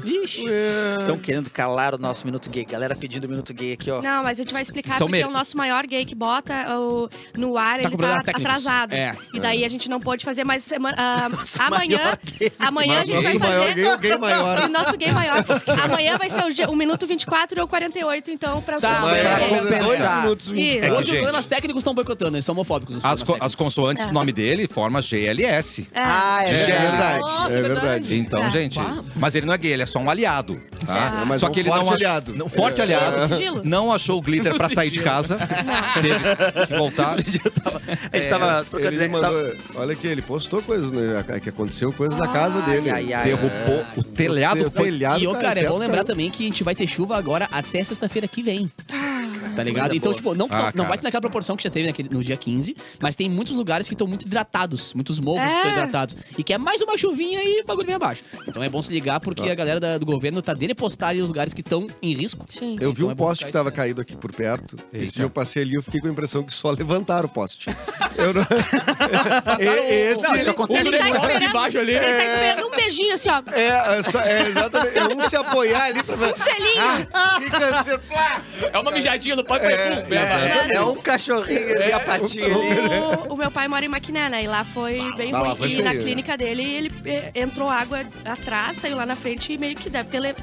S3: Estão querendo calar o nosso minuto gay. Galera pedindo minuto gay aqui, ó.
S5: Não, mas a gente vai explicar
S1: Estão
S5: porque
S1: me-
S5: o nosso maior gay que bota o- no ar,
S2: com
S5: ele tá
S2: problemas técnicos.
S5: atrasado.
S2: É.
S5: E daí a gente não pôde fazer, mas semana, ah, amanhã,
S3: maior gay.
S5: amanhã a gente vai
S6: Nosso maior
S5: fazer.
S6: ganhou o game maior.
S5: O nosso gay maior. amanhã vai ser o, dia- o minuto 24 ou 48, então, pra
S2: Tá,
S5: vocês.
S2: pra
S5: saberem.
S3: compensar.
S6: é Dois minutos, vinte.
S5: Isso.
S1: É que,
S2: Hoje os
S1: gente,
S2: problemas técnicos estão boicotando, eles são homofóbicos. Os
S1: as,
S2: problemas
S1: co-
S2: técnicos.
S1: as consoantes do nome dele formam GLS.
S5: É.
S3: Ah, é
S1: É
S6: É
S3: verdade.
S6: verdade,
S5: Nossa,
S6: é
S5: verdade.
S6: verdade.
S1: Então,
S5: Tá.
S1: gente. Mas ele não é gay, ele é só um aliado. Tá?
S6: É, mas
S1: só
S6: um
S1: que ele
S6: forte
S1: não ach-
S6: aliado.
S1: Não, forte
S6: É.
S1: aliado.
S5: Sigilo.
S1: Não achou o glitter pra sair de casa. Teve que voltar.
S3: A gente tava trocando
S6: Ele
S3: ideia.
S6: mandou,
S3: Tava...
S6: Olha aqui, ele postou coisas, né? Que aconteceu coisas na casa dele.
S3: Ai, ai,
S1: Derrubou o telhado.
S6: O telhado,
S2: E, ô, cara, é
S6: o
S2: bom
S6: teto
S2: lembrar
S6: caiu.
S2: também que a gente vai ter chuva agora até sexta-feira que vem.
S6: Ah,
S2: Tá ligado? Então, tipo, não,
S1: Ah,
S2: não vai
S1: cara.
S2: ter naquela proporção que já teve naquele- no dia 15, mas tem muitos lugares que estão muito hidratados, muitos morros que
S5: É.
S2: estão hidratados. E que é mais uma chuvinha e o bagulho vem abaixo. Então é bom se ligar porque a galera da- do governo tá dele postarem os lugares que estão em risco.
S5: Sim.
S6: Eu vi
S2: Então
S6: um
S2: é bom
S6: poste
S2: ficar
S6: que tava
S2: esperto.
S6: caído aqui por perto. Esse
S1: Eita.
S6: dia eu passei ali e eu fiquei com a impressão que só levantaram o poste. Eu não... E-
S2: Passaram um- o-
S6: esse...
S3: Não, isso
S2: O
S3: acontece
S2: negócio
S7: tá
S5: muito.
S2: de baixo ali.
S5: Ele tá esperando um beijinho assim, ó.
S6: É, é, só- é exatamente. É um se apoiar ali pra fazer.
S5: Um selinho.
S6: Ah, fica assim, plá.
S2: É uma mijadinha no pau e é,
S3: É um cachorrinho de apatia ali.
S5: O, o meu pai mora em Maquiné, né? E lá foi bem
S6: Ah, lá
S5: ruim.
S6: foi
S5: e na
S6: feio.
S5: clínica dele, ele eh, entrou água atrás, saiu lá na frente e meio que deve ter le- eh,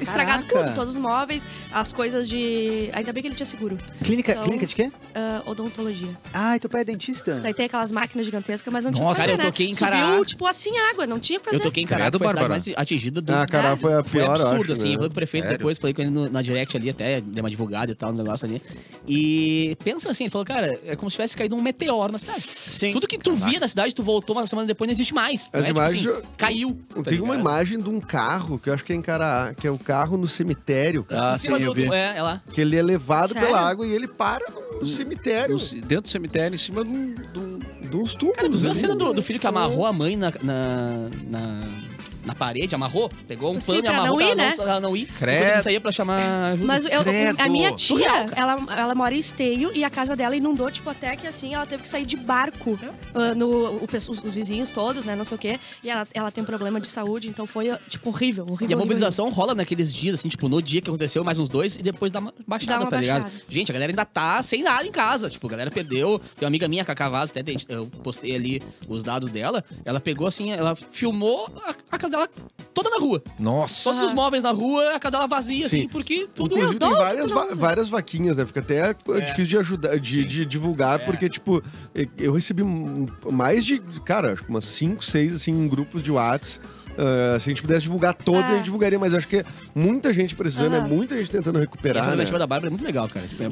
S5: estragado
S3: Caraca.
S5: tudo. Todos os móveis, as coisas de... Ainda bem que ele tinha seguro.
S3: Clínica,
S5: Então-
S3: clínica de quê?
S5: Ah, odontologia.
S3: Ah, teu pai é dentista?
S5: Daí tem aquelas máquinas gigantescas, mas não tinha o que
S2: Nossa,
S5: fazer,
S2: cara, eu toquei
S5: né?
S2: em
S5: Subiu,
S2: Caraá.
S5: tipo, assim, água. Não tinha o que fazer.
S2: Eu toquei em Caraca,
S4: Credo,
S2: foi a cidade
S4: Bárbara.
S2: mais atingida do
S6: Ah, cara, foi a
S2: Foi
S6: pior, eu
S2: absurdo,
S6: acho,
S2: assim. Eu
S6: né?
S2: falei com o prefeito
S4: Sério?
S2: depois, falei com ele no- na direct ali, até dei uma advogada e tal, um negócio ali. E pensa assim, ele falou, cara, é como se tivesse caído um meteoro na cidade.
S3: Sim.
S2: Tudo que tu via na cidade, tu voltou uma semana depois, não existe mais.
S6: As
S2: né? Tipo
S6: imagens-
S2: assim, caiu. tá
S6: Tem uma
S2: ligado?
S6: imagem de um carro, que eu acho que é em Caraá, que é o carro no cemitério, cara.
S7: Ah,
S2: Em
S7: sim,
S2: cima do
S7: eu vi.
S2: outro- É, é lá.
S6: Que ele é levado
S5: Sério?
S6: pela água e ele para no cemitério,
S7: No c- dentro do cemitério, em cima de um. de um-
S6: de uns túmulos.
S2: Cara, tu viu a
S6: ali.
S2: cena do, do filho
S5: Uhum.
S2: que amarrou a mãe na... na, na... na parede, amarrou, pegou um
S5: Sim,
S2: pano e
S5: pra
S2: amarrou
S5: não
S2: pra
S5: ir,
S2: ela
S5: né?
S2: não, ela não ir. Enquanto
S1: Credo.
S2: Ele saía pra chamar ajuda.
S5: Mas eu, a minha
S1: Credo.
S5: tia, ela, ela mora em Esteio e a casa dela inundou, tipo, até que assim, ela teve que sair de barco. ah, no, o pessoal- os, os vizinhos todos, né? Não sei o quê. E ela, ela tem um problema de saúde, então foi, ah, tipo, horrível, horrível.
S2: E a
S5: horrível,
S2: mobilização rola naqueles dias, assim, tipo, no dia que aconteceu, mais uns dois, e depois dá uma baixada,
S5: Dá uma
S2: tá ligado?
S5: baixada.
S2: Gente, a galera ainda tá sem nada em casa. Tipo, a galera perdeu. Tem uma amiga minha, a Cacá Vaz, até tem- eu postei ali os dados dela. Ela pegou, assim, ela filmou a, a casa dela toda na rua.
S1: Nossa.
S2: Todos os móveis na rua, a casa dela vazia,
S6: Sim.
S2: assim, porque tudo
S6: Inclusive, tem
S2: andou.
S6: várias, va- várias vaquinhas, né? Fica até é, difícil de ajudar, de, de divulgar, porque, tipo, e- eu recebi um- mais de, cara, acho que umas 5, 6, assim, em grupos de Whats. Ah, se a gente pudesse divulgar todos,
S5: É.
S6: a gente divulgaria, mas acho que é muita gente precisando, é
S5: Aham.
S6: muita gente
S2: E
S6: tentando
S2: essa
S6: recuperar. Né?
S2: alternativa da Bárbara é muito legal, cara. Tipo,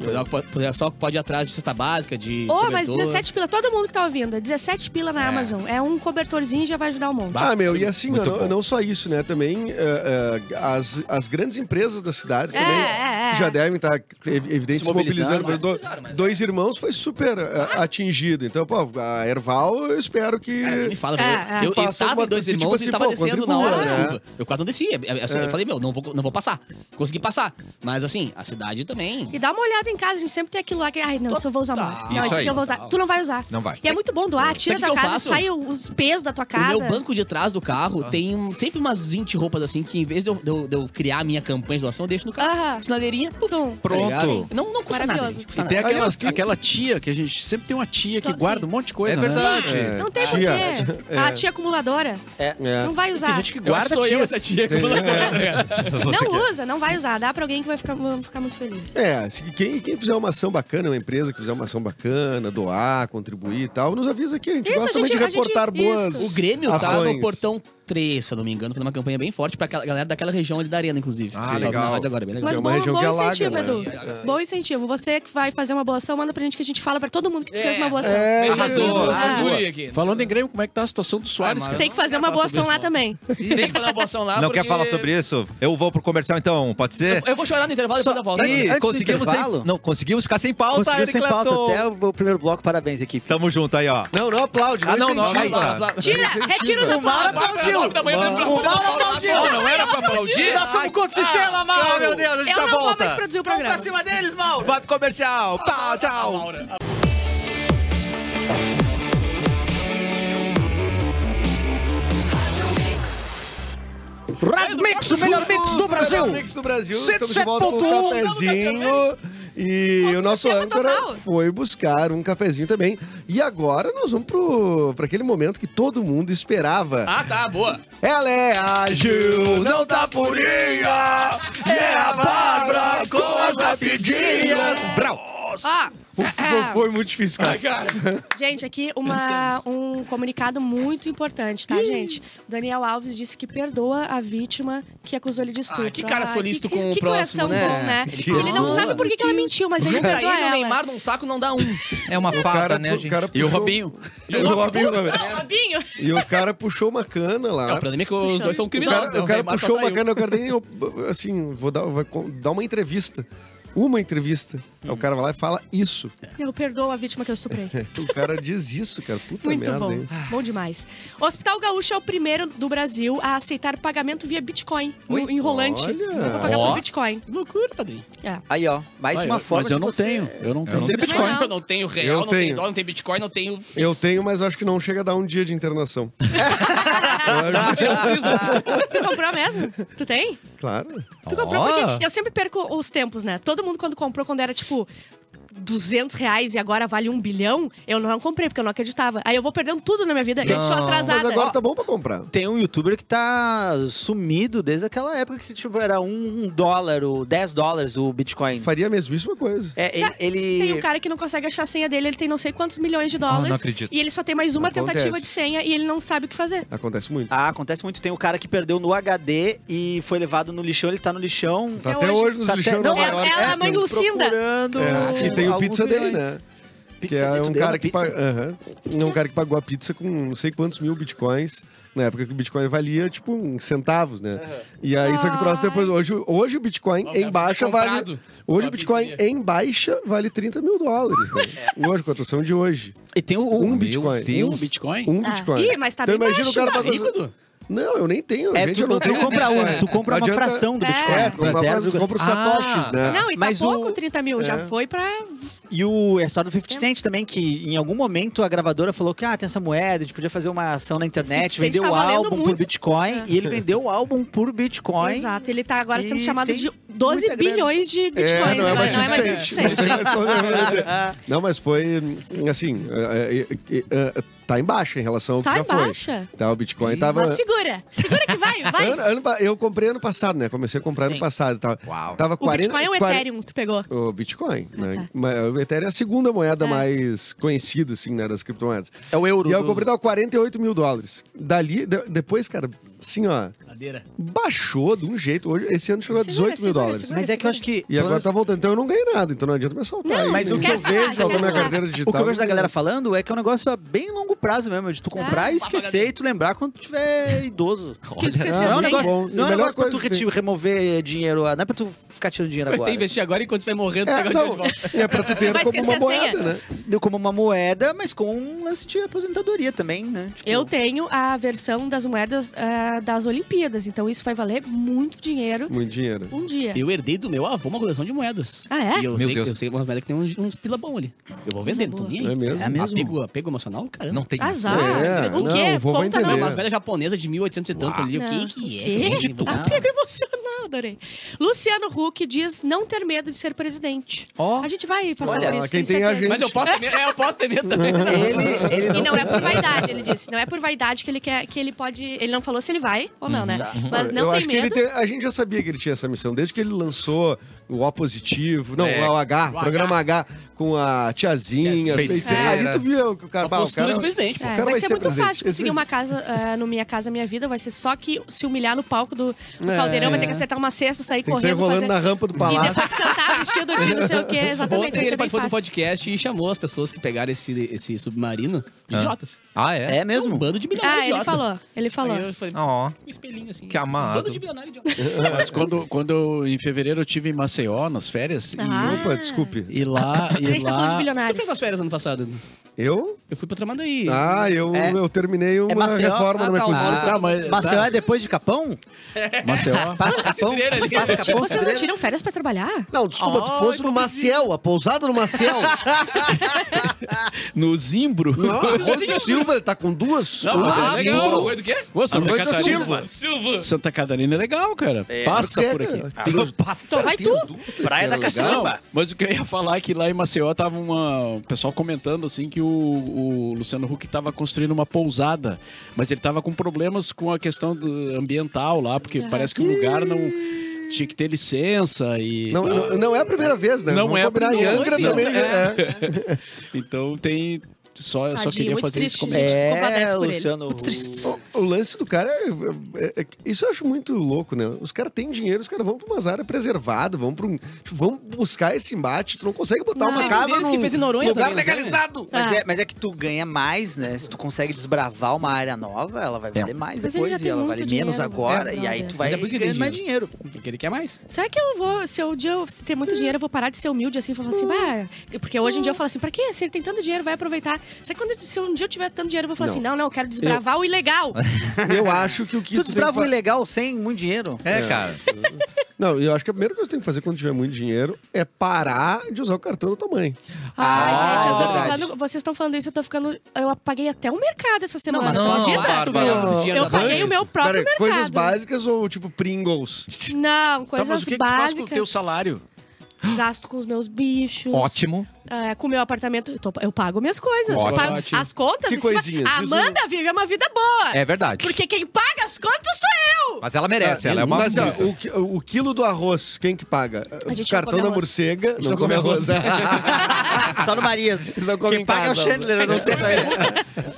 S2: é, é só pode ir atrás de cesta básica, de.
S5: Ô, mas
S2: cobertor.
S5: 17 pila, todo mundo que tá ouvindo, é 17 pila na Amazon. É um cobertorzinho e já vai ajudar um monte.
S6: Ah, meu, e assim,
S4: Muito
S6: ó, não,
S4: bom.
S6: não só isso, né? Também eh, eh, as, as grandes empresas das cidades
S5: É,
S6: também
S5: é, é.
S6: já devem estar, evidente,
S7: Se
S6: se mobilizando.
S7: mobilizando,
S6: Por exemplo,
S2: mas- mas-
S6: dois irmãos foi super eh, atingido. Então, pô, a Erval, eu espero que.
S2: Cara, nem me fala,
S5: É, é.
S2: velho. Eu
S6: Faça
S2: estava
S6: alguma
S2: em dois
S6: coisa, tipo
S2: irmãos
S6: assim,
S2: e estava
S6: pô,
S2: descendo na
S6: contribua,
S2: hora da
S6: né?
S2: chuva. Eu quase não desci. Eu, eu- eu falei, meu, não vou, não vou passar. Consegui passar. Mas assim, a cidade também.
S5: E dá uma olhada em casa, a gente sempre tem aquilo lá que, ai, não, isso eu vou usar
S2: Total.
S5: muito. Não,
S1: Isso
S5: isso aqui
S1: aí.
S5: eu vou usar. Tu não vai usar.
S1: Não vai.
S5: E é muito bom doar, tira
S2: Sabe o
S5: da
S2: que eu
S5: casa,
S2: faço?
S5: sai o- os pesos da tua casa.
S2: O meu banco de trás do carro tem um- sempre umas 20 roupas assim que, em vez de eu, de eu- de eu criar a minha campanha de doação, eu deixo no carro.
S5: Aham.
S2: Sinaleirinha, puf,
S5: Tum.
S2: tá ligado?
S1: Pronto.
S2: Não, não custa nada.
S5: Maravilhoso.
S2: gente, custa
S7: E tem
S2: nada.
S7: aquelas,
S6: Aliás, que-
S7: aquela tia que a gente sempre tem uma tia que
S5: Então,
S7: guarda
S5: sim.
S7: um monte de
S1: É
S7: coisa, né?
S1: verdade.
S5: Não tem porquê.
S2: é.
S5: A tia acumuladora
S6: É.
S5: não vai usar.
S3: Tem gente que
S2: Eu acho
S3: guarda
S2: que sou eu
S3: tias.
S2: essa tia que eu vou lá comprar, tá ligado?
S1: Você
S5: Não
S1: quer-
S5: usa, não vai usar. Dá pra alguém que vai ficar, vão ficar muito feliz.
S6: É, se- quem, quem fizer uma ação bacana, uma empresa que fizer uma ação bacana, doar, contribuir e tal, nos avisa aqui. A gente
S5: Isso,
S6: gosta
S5: a gente-
S6: também de
S5: a gente-
S6: reportar boas.
S5: isso.
S2: O Grêmio tá no
S6: ações.
S2: portão 3, se eu não me engano, fazendo uma campanha bem forte pra aquela- galera daquela região ali da arena, inclusive.
S1: Ah,
S2: Sim.
S1: legal.
S2: Na rádio agora, bem legal.
S5: Mas
S6: uma
S5: bom,
S6: região
S5: bom
S6: que alaga,
S5: incentivo,
S6: né?
S5: Edu. Bom incentivo. Você que vai fazer uma boa ação, manda pra gente que a gente fala pra todo mundo que tu
S2: É. Ah,
S5: fez uma boa ação.
S6: É,
S2: Beijo,
S1: Arrasou,
S2: Azul.
S5: arrasou.
S2: Guri aqui.
S7: Falando em Grêmio, como é que tá a situação do Soares,
S2: Ah,
S7: cara?
S2: mano.
S5: Tem que fazer uma
S2: Não
S5: boa
S2: quero falar
S5: ação lá
S2: sobre
S5: também.
S2: Tem que falar uma boação lá.
S1: Não
S2: Ah, porque
S1: quer falar sobre isso? Eu vou pro comercial então, pode ser?
S2: Eu- Eu vou chorar no intervalo e
S3: Só-
S2: depois eu volto.
S3: Antes- antes
S1: Ih,
S3: do
S1: conseguimos, sem-
S3: intervalo?
S1: não, conseguimos ficar sem pauta,
S3: Conseguiu
S1: Eric
S3: sem pauta
S1: Clapton. Ah,
S3: até o primeiro bloco. Parabéns, equipe.
S1: Tamo junto aí, ó.
S6: Não, não aplaude.
S1: Ah, não, não,
S6: incentiva.
S1: aí, ó.
S5: Tira, retira os
S3: Mauro
S5: aplausos.
S3: aplaudiu! O Mauro aplaudiu!
S7: Não era pra aplaudir?
S3: Nós somos contra o sistema, Mauro!
S1: Ah, meu Deus, a gente
S5: Eu
S1: já
S5: não vou
S1: volta.
S5: mais produzir o
S3: Vamos pra
S5: programa.
S3: cima deles, Mauro!
S1: Vai pro comercial. Pá, tchau.
S3: Rádio Mix, o melhor mix do Brasil!
S6: Melhor mix do Brasil.
S3: 107.1.
S6: Estamos de volta com um cafezinho. E
S5: Outro
S6: o nosso
S5: sistema
S6: âncora
S5: total.
S6: foi buscar um cafezinho também. E agora nós vamos pro, pra aquele momento que todo mundo esperava.
S2: Ah, tá, boa.
S6: Ela é a Gil, não tá purinha, é a Bárbara com as rapidinhas. Brau.
S5: Ó,
S6: Foi- Foi muito difícil, cara.
S5: gente, aqui uma, um comunicado muito importante, tá, gente? O Daniel Alves disse que perdoa a vítima que acusou ele de estupro. Ah,
S2: que cara solícito
S5: que,
S2: com o
S5: que coração
S2: próximo, né?
S5: bom, né?
S2: Ele
S5: Ele não
S2: perdoa.
S5: sabe por que, que ela mentiu, mas ele
S2: Junta
S5: perdoa
S2: ele, o
S5: ela.
S2: Neymar num saco não dá um.
S1: É uma
S6: O cara
S1: fada, né,
S6: pu- o
S1: gente?
S6: cara
S7: E o
S6: puxou-
S7: Robinho?
S6: E o Tá, Robinho também.
S5: Não, Robinho.
S6: E o cara puxou uma cana
S2: É, o
S6: lá.
S2: problema é que os dois são
S6: O
S2: criminosos.
S6: cara, o cara puxou
S2: tá
S6: uma cana, o cara nem. eu- Assim, vou dar, vai co- dar uma entrevista. Uma entrevista. Aí o cara vai lá e fala isso.
S5: Eu perdoo a vítima que eu estuprei.
S6: O cara diz isso, cara. Puta
S5: Muito
S6: merda,
S5: bom.
S6: hein?
S5: Bom demais. O Hospital Gaúcho é o primeiro do Brasil a aceitar pagamento via Bitcoin no- em rolante.
S6: Olha.
S5: Eu Vou pagar
S1: Ó.
S5: por Bitcoin.
S2: Que loucura, padrinho.
S3: Aí, ó, mais
S7: Ah,
S3: uma
S7: eu-
S3: forma
S7: Mas eu
S3: de
S7: não
S3: você- É.
S7: tenho, eu não tenho.
S1: não tenho
S5: Bitcoin.
S2: Eu não tenho real,
S6: Eu
S2: não tenho
S6: tenho.
S2: dólar, não tenho bitcoin, não tenho...
S6: Eu tenho, mas acho que não chega a dar um dia de internação.
S2: Eu preciso.
S5: Tu comprou mesmo? Tu tem?
S6: Claro.
S5: Tu comprou porque eu sempre perco os tempos, né? Todo mundo quando comprou, quando era tipo 200 reais e agora vale um bilhão, eu não comprei porque eu não acreditava. Aí eu vou perdendo tudo na minha vida. Eu sou atrasada.
S6: Mas agora tá bom pra comprar.
S3: Tem um youtuber que tá sumido desde aquela época que, tipo, era um dólar, ou 10 dólares o Bitcoin.
S6: Faria a mesmíssima coisa.
S3: É, ele.
S5: Tem
S3: ele-
S5: um cara que não consegue achar a senha dele, ele tem não sei quantos milhões de dólares.
S4: não acredito.
S5: E ele só tem mais uma
S6: Acontece.
S5: tentativa de senha e ele não sabe o que fazer.
S6: Acontece muito. Tá
S3: Ah, acontece muito. Tem um cara que perdeu no HD e foi levado no lixão, ele tá no lixão.
S6: Tá
S5: eu
S6: até
S5: hoje-
S6: hoje nos
S3: tá
S6: lixão
S3: até-
S6: Nova
S5: Ela-
S6: York.
S5: ela é a mãe do- Lucinda.
S3: Procurando
S6: É, E tem o
S3: alguns
S6: pizza dele,
S3: milhões.
S6: né? Que
S3: Pizza
S6: é
S3: dele, tu
S6: um
S3: deu
S6: cara
S3: uma
S6: que,
S3: pizza?
S6: pa- Aham. É um cara que pagou a pizza com não sei quantos mil bitcoins. Na época que o Bitcoin valia, tipo, uns centavos, né? E aí, só que o troço depois... Hoje, hoje o Bitcoin
S2: Ó, o
S6: em
S2: cara
S6: baixa
S2: foi
S6: vale...
S2: comprado
S6: Hoje
S2: com
S6: o
S2: a
S6: Bitcoin
S2: pizzaria.
S6: em baixa vale 30 mil dólares, né? Hoje, com a cotação de hoje.
S3: E tem o, o-
S6: Um
S4: Meu
S6: Bitcoin.
S4: Deus.
S7: Um Bitcoin?
S6: Um
S5: Ah.
S6: Bitcoin.
S5: Ih, mas tá
S6: então
S5: bem
S6: imagina o cara
S5: baixo,
S2: Tá
S6: pagou...
S2: rico, Du?
S6: Não, eu nem tenho.
S3: É,
S6: gente,
S3: tu,
S6: eu não
S3: tu
S6: tenho.
S3: compra um, tu compra
S6: Não
S3: uma
S6: adianta-
S3: fração do
S5: É.
S3: Bitcoin.
S6: É, tu compra,
S3: Zero
S6: tu
S3: vírgula-
S6: compra os satoshis,
S4: Ah.
S6: né?
S5: Não, e
S3: Mas
S5: tá pouco
S3: o-
S5: 30 mil.
S6: É.
S5: Já foi pra.
S3: E o, a história do 50 Cent também, que em algum momento a gravadora falou que ah, tem essa moeda, a gente podia fazer uma ação na
S5: 50
S3: internet,
S5: Cent
S3: vendeu
S5: tá
S3: o
S5: valendo
S3: álbum por
S5: muito.
S3: Bitcoin,
S5: É.
S3: e ele vendeu o álbum por Bitcoin.
S5: Exato. Ele tá agora sendo
S3: E
S5: chamado
S3: tem
S5: de 12
S3: muita grana.
S5: bilhões de bitcoins.
S6: É, não é mais
S5: não é mais
S6: 20
S5: 20%.
S6: Não, mas foi assim. é, é, é, é, tá em baixa em relação ao que
S5: Tá
S6: já
S5: em baixa.
S6: foi. Tá, o Bitcoin tava.
S5: Mas segura. Segura que vai, vai.
S6: Ano- ano pa- eu comprei ano passado, né? Comecei a comprar ano
S3: Sim.
S6: passado. Tava,
S1: Uau.
S6: tava
S5: O
S6: 40,
S5: Bitcoin é o
S6: 40
S5: Ethereum, tu pegou.
S6: O Bitcoin, né?
S5: Ah, tá.
S6: Mas O Ethereum é a segunda moeda
S5: É.
S6: mais conhecida, assim, né? Das criptomoedas.
S3: É o euro.
S6: E eu
S3: dos-
S6: comprei, tava 48 mil dólares. Dali, de- depois, cara, assim, ó,
S2: Madeira.
S6: baixou de um jeito. Hoje, esse ano chegou a
S5: Segura,
S6: 18 mil
S5: segura,
S6: dólares.
S5: segura.
S3: Mas é que eu acho que.
S6: E
S3: pelo
S6: agora
S3: menos,
S6: tá voltando. Então eu não ganhei nada, então não adianta me assaltar.
S5: Não,
S3: mas o que eu
S5: esquece
S3: vejo,
S5: lá,
S6: Saltou
S5: esquece
S6: minha
S5: lá.
S6: carteira digital.
S3: O que eu vejo da galera falando é que é um negócio a bem longo prazo mesmo, de tu
S6: É.
S3: comprar
S5: Ah,
S3: e esquecer e tu lembrar quando tu tiver idoso.
S5: Aquele
S6: Olha,
S5: CCzinho.
S3: Não é um
S6: Sim.
S3: negócio, não
S6: Bom,
S3: é
S6: a
S3: um
S6: melhor
S3: negócio pra
S6: coisa
S3: tu
S6: que tem.
S3: reti- remover dinheiro, ah, não é pra tu ficar tirando dinheiro
S2: Vai
S3: agora.
S2: ter que investir agora enquanto vai morrendo,
S6: É,
S2: pegar o dinheiro de
S6: não,
S2: volta.
S6: é pra tu ter
S5: Vai
S6: como uma
S5: esquecer a senha.
S6: moeda, né?
S3: Deu como uma moeda, mas com um lance de aposentadoria também, né? Tipo,
S5: Eu tenho a versão das moedas ah, das Olimpíadas, então isso vai valer muito dinheiro
S6: Muito dinheiro.
S5: um dia.
S2: Eu herdei do meu avô uma coleção de moedas.
S5: Ah, é?
S2: E eu
S1: Meu
S2: sei,
S1: Deus.
S2: Eu sei uma velha que tem uns, uns pila bom ali. Eu vou vender, não tô nem
S6: Não
S2: aí.
S6: é mesmo?
S3: É mesmo?
S2: Apego, apego emocional, caramba.
S1: Não tem
S5: Azar.
S6: É,
S5: o
S6: não,
S5: quê?
S6: o vovô
S5: Conta
S6: entendeu.
S5: não.
S7: É.
S2: Não, umas velhas japonesas de 1800 e tanto ali.
S5: Não.
S2: O que que é?
S5: Quê?
S2: Que vende? Ah,
S5: Apego emocional, adorei. Luciano Huck diz não ter medo de ser presidente.
S3: Ó.
S5: A gente vai passar
S6: Olha,
S5: por isso,
S6: quem
S5: tenho
S6: tem a
S5: certeza.
S2: Mas eu posso ter medo, é, eu posso ter medo também.
S3: Ele, ele
S5: E
S3: não...
S5: não é por vaidade, ele disse. Não é por vaidade que ele quer que ele pode. Ele não falou se ele vai ou não, né? Mas não
S6: Uhum. eu
S5: tem
S6: acho que ele
S5: medo.
S6: tem, a gente já sabia que ele tinha essa missão desde que ele lançou o O positivo, não,
S1: É.
S6: o H,
S2: O
S6: o programa H com a tiazinha,
S1: Tiazinha.
S6: feiticeira.
S1: Feiticeira.
S6: Ali tu viu que o cara,
S2: A
S6: bah, o
S2: postura
S6: cara
S2: de presidente, pô.
S5: É,
S6: cara
S5: vai,
S6: vai
S5: ser,
S6: ser
S5: muito
S6: presente.
S5: fácil conseguir
S6: Esse-
S5: uma casa ah, no Minha Casa Minha Vida. Vai ser só que se humilhar no palco do,
S2: É.
S5: do caldeirão, vai ter que acertar uma cesta, sair
S6: tem que sair
S5: correndo.
S6: rolando
S5: fazer-
S6: na rampa do
S5: E
S6: palácio.
S5: depois cantar vestido de não sei o quê. Exatamente.
S2: Ontem
S5: vai ser
S2: ele
S5: bem
S2: participou do
S5: fácil.
S2: podcast e chamou as pessoas que pegaram esse, esse submarino de
S1: Ah.
S2: idiotas.
S1: Ah, é?
S3: É
S2: Um
S3: mesmo?
S2: bando de bilionário
S5: Ah, ele
S2: idiota.
S5: falou. Ele falou.
S2: Aí eu falei,
S1: Ó,
S2: um espelhinho assim.
S1: Que amado.
S2: Um bando de bilionário idiota.
S7: Mas quando, quando eu, em fevereiro eu tive em Maceió, nas férias, e-
S5: Ah.
S6: Opa, desculpe.
S7: e, lá...
S5: A
S7: E
S3: é
S5: gente tá falando de
S7: lá
S2: Tu
S5: bilionários.
S2: fez as férias ano passado?
S6: Eu?
S2: Eu fui pra Tramandaí.
S6: Ah, eu,
S3: É.
S6: eu terminei uma
S3: Maceió?
S2: Ah,
S6: reforma na minha
S2: tá,
S6: cozinha.
S2: lá.
S7: tá, mas,
S3: Maceió é depois de Capão?
S7: tá, Maceió...
S3: Passa Capão?
S2: Cidreira, ele
S3: Passa
S2: quer-
S3: Capão,
S5: Tipo, Vocês não
S3: Cidreira?
S5: tiram férias pra trabalhar?
S11: Não, desculpa, tu fosse no Maciel, a pousada no Maciel.
S7: No Zimbro.
S11: Não, o Silva ele tá com duas.
S7: Não, mas é legal.
S2: Ah, do quê?
S7: Ô, Santa,
S11: Arroz da
S7: Catarina,
S11: Silva.
S6: Ah,
S2: Silva.
S7: Santa Catarina é legal, cara. Passa Tá por aqui.
S11: Tem duas
S5: Só vai tu.
S11: Praia da
S7: Não,
S11: Caçamba.
S7: mas o que eu ia falar é que lá em Maceió tava uma... o pessoal comentando assim que o, o Luciano Huck tava construindo uma pousada, mas ele tava com problemas com a questão do- ambiental lá,
S5: Ah.
S7: porque parece que o lugar não tinha que ter licença e
S6: Não, não, não é a primeira vez, né?
S7: Não
S6: Vamos
S7: é a
S6: combinar, em
S7: primeira,
S6: Angra
S7: sim, não
S6: também.
S7: é.
S6: é.
S7: então tem só eu só
S5: Tadinho,
S7: queria
S5: muito
S7: fazer
S5: triste,
S7: esse comentário.
S5: gente.
S3: É,
S5: Compadece por ele.
S3: Luciano. Huck.
S6: O, o lance do cara é, é- é- Isso eu acho muito louco, né? Os caras têm dinheiro, os caras vão pra umas áreas preservadas, vão pra um. tipo, vão buscar esse embate. Tu não consegue botar
S5: Não,
S6: uma
S5: tem
S6: casa
S2: deles
S6: num
S2: que fez em Noronha
S6: lugar
S2: também, né?
S6: legalizado.
S3: Mas
S5: Ah.
S3: é, mas é que tu ganha mais, né? Se tu consegue desbravar uma área nova, ela vai valer mais
S5: Mas ele já
S3: depois e
S5: tem
S3: ela
S5: muito
S3: vale
S5: dinheiro,
S3: menos
S5: né?
S3: agora.
S5: É,
S3: e aí
S5: brother.
S3: tu vai
S2: Ainda por isso que
S3: ganhando
S2: tem
S3: mais dinheiro.
S2: Porque ele quer mais.
S5: Será que eu vou, se um dia eu ter muito dinheiro, eu vou parar de ser humilde assim e falar assim, bah, porque hoje em dia eu falo assim, pra quê? Se ele tem tanto dinheiro, vai aproveitar. Será que quando, eu- se um dia eu tiver tanto dinheiro, eu vou falar
S6: Não.
S5: assim, não, não, eu quero desbravar o ilegal.
S6: Eu acho que o que.
S3: Tu
S6: tu tem que
S3: desbrava um
S6: fa-
S3: É. ilegal sem muito dinheiro?
S1: é, cara.
S6: Não, eu acho que a primeira coisa que você tem que fazer quando tiver muito dinheiro é parar de usar o cartão da tua mãe.
S5: Ai,
S6: Ah,
S5: gente, eu tô
S6: é verdade.
S5: ficando- vocês estão falando isso, eu tô ficando. Eu apaguei até o mercado essa semana.
S2: mas
S5: Não,
S2: faz
S5: acredita?
S2: parte, Bárbara, do dinheiro
S5: eu
S2: da
S5: paguei
S2: Ranches.
S5: o meu próprio
S6: Peraí,
S5: mercado. né?
S6: coisas básicas ou tipo Pringles?
S5: Não,
S7: Tá,
S5: coisas
S7: mas o que, que tu faz com o
S5: básicas.
S7: teu salário?
S5: Gasto com os meus bichos.
S1: Ótimo.
S5: É, com o meu apartamento. Eu, tô- eu pago minhas coisas.
S1: Ótimo.
S5: Eu pago
S1: Ótimo.
S5: as contas.
S1: Que
S5: isso-
S1: coisinhas,
S5: A
S1: diz o-
S5: Amanda vive uma vida boa.
S1: É verdade.
S5: Porque quem paga as contas sou eu.
S1: Mas ela merece, ela é uma
S6: Mas, ó,
S1: musa.
S6: o, qui- o quilo do arroz, quem que paga?
S5: A gente não
S6: Cartão
S5: come
S6: da
S5: arroz.
S6: morcega.
S11: não come
S5: Ah,
S3: Só no Marias.
S6: Eles não comem
S3: Quem
S6: em
S3: paga é o
S6: casa.
S3: Chandler, eu não sei.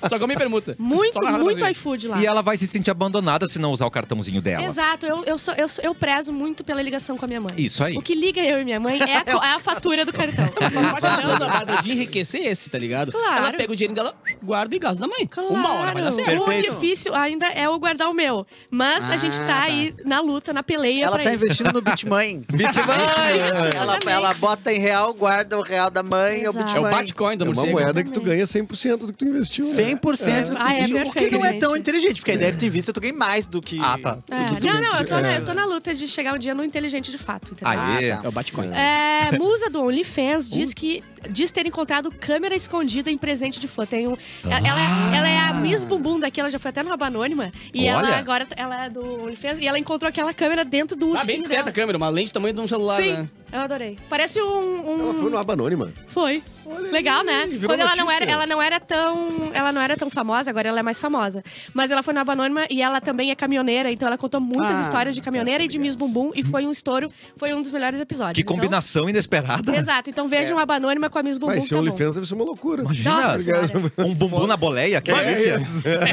S2: Só comi permuta.
S5: Muito,
S2: Só na Rádio
S5: muito
S2: Brasil.
S5: iFood lá.
S1: E ela vai se sentir abandonada se não usar o cartãozinho dela.
S5: Exato, eu, eu, sou- eu, sou- eu prezo muito pela ligação com a minha mãe.
S1: Isso aí.
S5: O que liga eu e minha mãe é a, co- é a fatura do cartão. Então,
S2: Mas faz parte dela, da Bárbara, de enriquecer esse, tá ligado?
S5: Claro.
S2: Ela pega o dinheiro dela, guarda e gasta na mãe.
S5: Claro.
S2: Uma hora vai dar certo.
S5: O difícil ainda é eu guardar o meu. Mas a gente tá, aí na luta, na peleia
S3: Ela
S5: é pra
S3: tá
S5: isso.
S3: investindo no Bitmãe.
S5: Isso,
S3: ela,
S5: exatamente.
S3: ela bota em real, guarda o real da mãe, o
S5: Exato.
S3: Bitmãe.
S2: É o Bitcoin da
S6: É uma
S2: morcega.
S6: moeda que tu ganha 100% do que tu investiu. né?
S3: 100% do
S5: Ah, é
S3: que- O que
S5: perfeito,
S3: não é
S5: gente.
S3: tão inteligente, porque a ideia que tu invista, tu ganha mais do que... Ah, tá.
S5: É, Não, não, eu tô, na, eu tô na luta de chegar um dia no inteligente de fato, entendeu?
S1: Aê.
S3: Ah,
S2: É
S3: tá.
S2: o Bitcoin.
S5: É, musa do OnlyFans
S6: Uhum.
S5: diz que diz ter encontrado câmera escondida em presente de fã. Tem um, ela,
S6: Ah!
S5: ela é- ela é a Miss Bumbum daqui, ela já foi até no Raba Anônima. E
S1: Olha.
S5: ela agora ela é do OnlyFans e ela encontrou aquela câmera dentro do
S2: Ah, bem
S5: ursinho
S2: discreta a
S5: dela.
S2: câmera, uma lente do tamanho de um celular, né?
S5: Sim, eu adorei. Parece um. um-
S6: Ela foi no aba anônima.
S5: Foi.
S6: Olha
S5: Legal,
S6: aí,
S5: né?
S6: virou
S5: Quando ela não
S6: notícia.
S5: era, ela não era tão, ela não era tão famosa, agora ela é mais famosa. Mas ela foi na Aba Anônima e ela também é caminhoneira, então ela contou muitas
S2: Ah,
S5: histórias de
S6: tá,
S5: caminhoneira e de Miss Bumbum e foi um estouro, foi um dos melhores episódios.
S1: Que
S5: Então-
S1: combinação inesperada.
S5: exato. Então vejam a Aba Anônima com a Miss Bumbum.
S6: É. Vai
S5: que
S6: ser
S5: tá bom.
S6: OnlyFans, deve ser uma loucura.
S5: Nossa, senhora.
S1: Um bumbum na boleia, que delícia.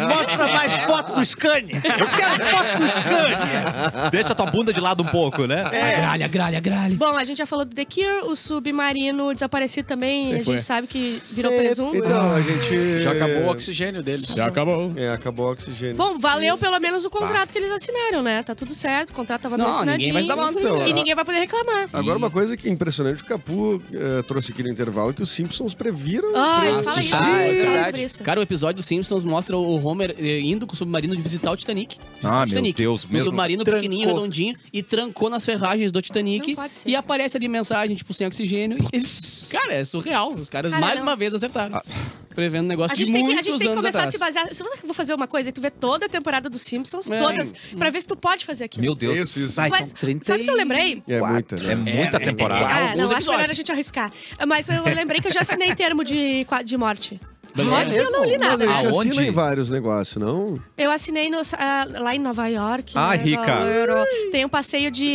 S3: Mostra mais foto do Scania. Eu quero foto do Scania.
S1: Deixa a tua bunda de lado um pouco, né?
S2: Gralha, gralha, gralha.
S5: Bom, a gente já falou do The Cure, o submarino desaparecido também,
S2: Sei
S5: a gente
S2: foi.
S5: sabe que virou presunto.
S6: Então, a gente...
S7: Já acabou o oxigênio deles. Já acabou.
S6: É, acabou o oxigênio.
S5: Bom, valeu pelo menos
S6: Tá.
S5: o contrato que eles assinaram, né? Tá tudo certo, o contrato tava bem
S2: Não,
S5: assinadinho.
S2: ninguém vai se dar mal. né?
S6: Então,
S5: e
S6: a-
S5: ninguém vai poder reclamar.
S6: Agora, uma coisa que é impressionante, o Capu eh, trouxe aqui no intervalo, que os Simpsons previram...
S5: Ai,
S2: Nossa,
S5: fala isso.
S2: tá,
S5: fala
S2: é
S5: sobre
S3: verdade.
S5: isso.
S2: Cara, o episódio dos Simpsons mostra o Homer eh, indo com o submarino de visitar o Titanic. Visitar
S1: Ah,
S2: o
S1: meu
S2: Titanic.
S1: Deus,
S2: Um
S1: mesmo-
S2: submarino
S3: Trancou.
S2: pequenininho, redondinho, e trancou nas ferragens do
S5: Não
S2: Titanic.
S5: pode ser.
S2: E aparece ali mensagem, tipo, sem oxigênio. E eles... Cara, é surreal. Os caras
S5: Cara,
S2: mais
S5: não.
S2: uma vez acertaram.
S1: Ah.
S2: Prevendo um negócio
S5: A gente,
S2: de
S5: tem
S2: muitos
S5: que, a gente tem que
S2: anos
S5: começar
S2: atrás.
S5: a se basear. Se você for fazer uma coisa e tu vê toda a temporada dos Simpsons,
S2: É.
S5: todas, pra ver se tu pode fazer aquilo.
S1: Meu Deus.
S6: Isso, isso.
S3: Vai,
S5: Mas,
S3: são 30
S5: Sabe o que eu lembrei?
S6: É muita,
S1: É
S6: né?
S1: muita temporada.
S5: Ah, não,
S2: alguns
S5: acho melhor a
S2: episódios.
S5: gente arriscar. Mas eu lembrei que eu já assinei termo de, qua- de morte.
S6: é
S5: Morte
S2: Beleza.
S5: eu não li
S6: Mas a
S5: nada. né?
S6: gente
S1: Aonde?
S6: assina em vários negócios, não?
S5: Eu assinei no- ah, lá em Nova York.
S1: Ah,
S5: né,
S1: rica.
S5: Euro. Tem um passeio de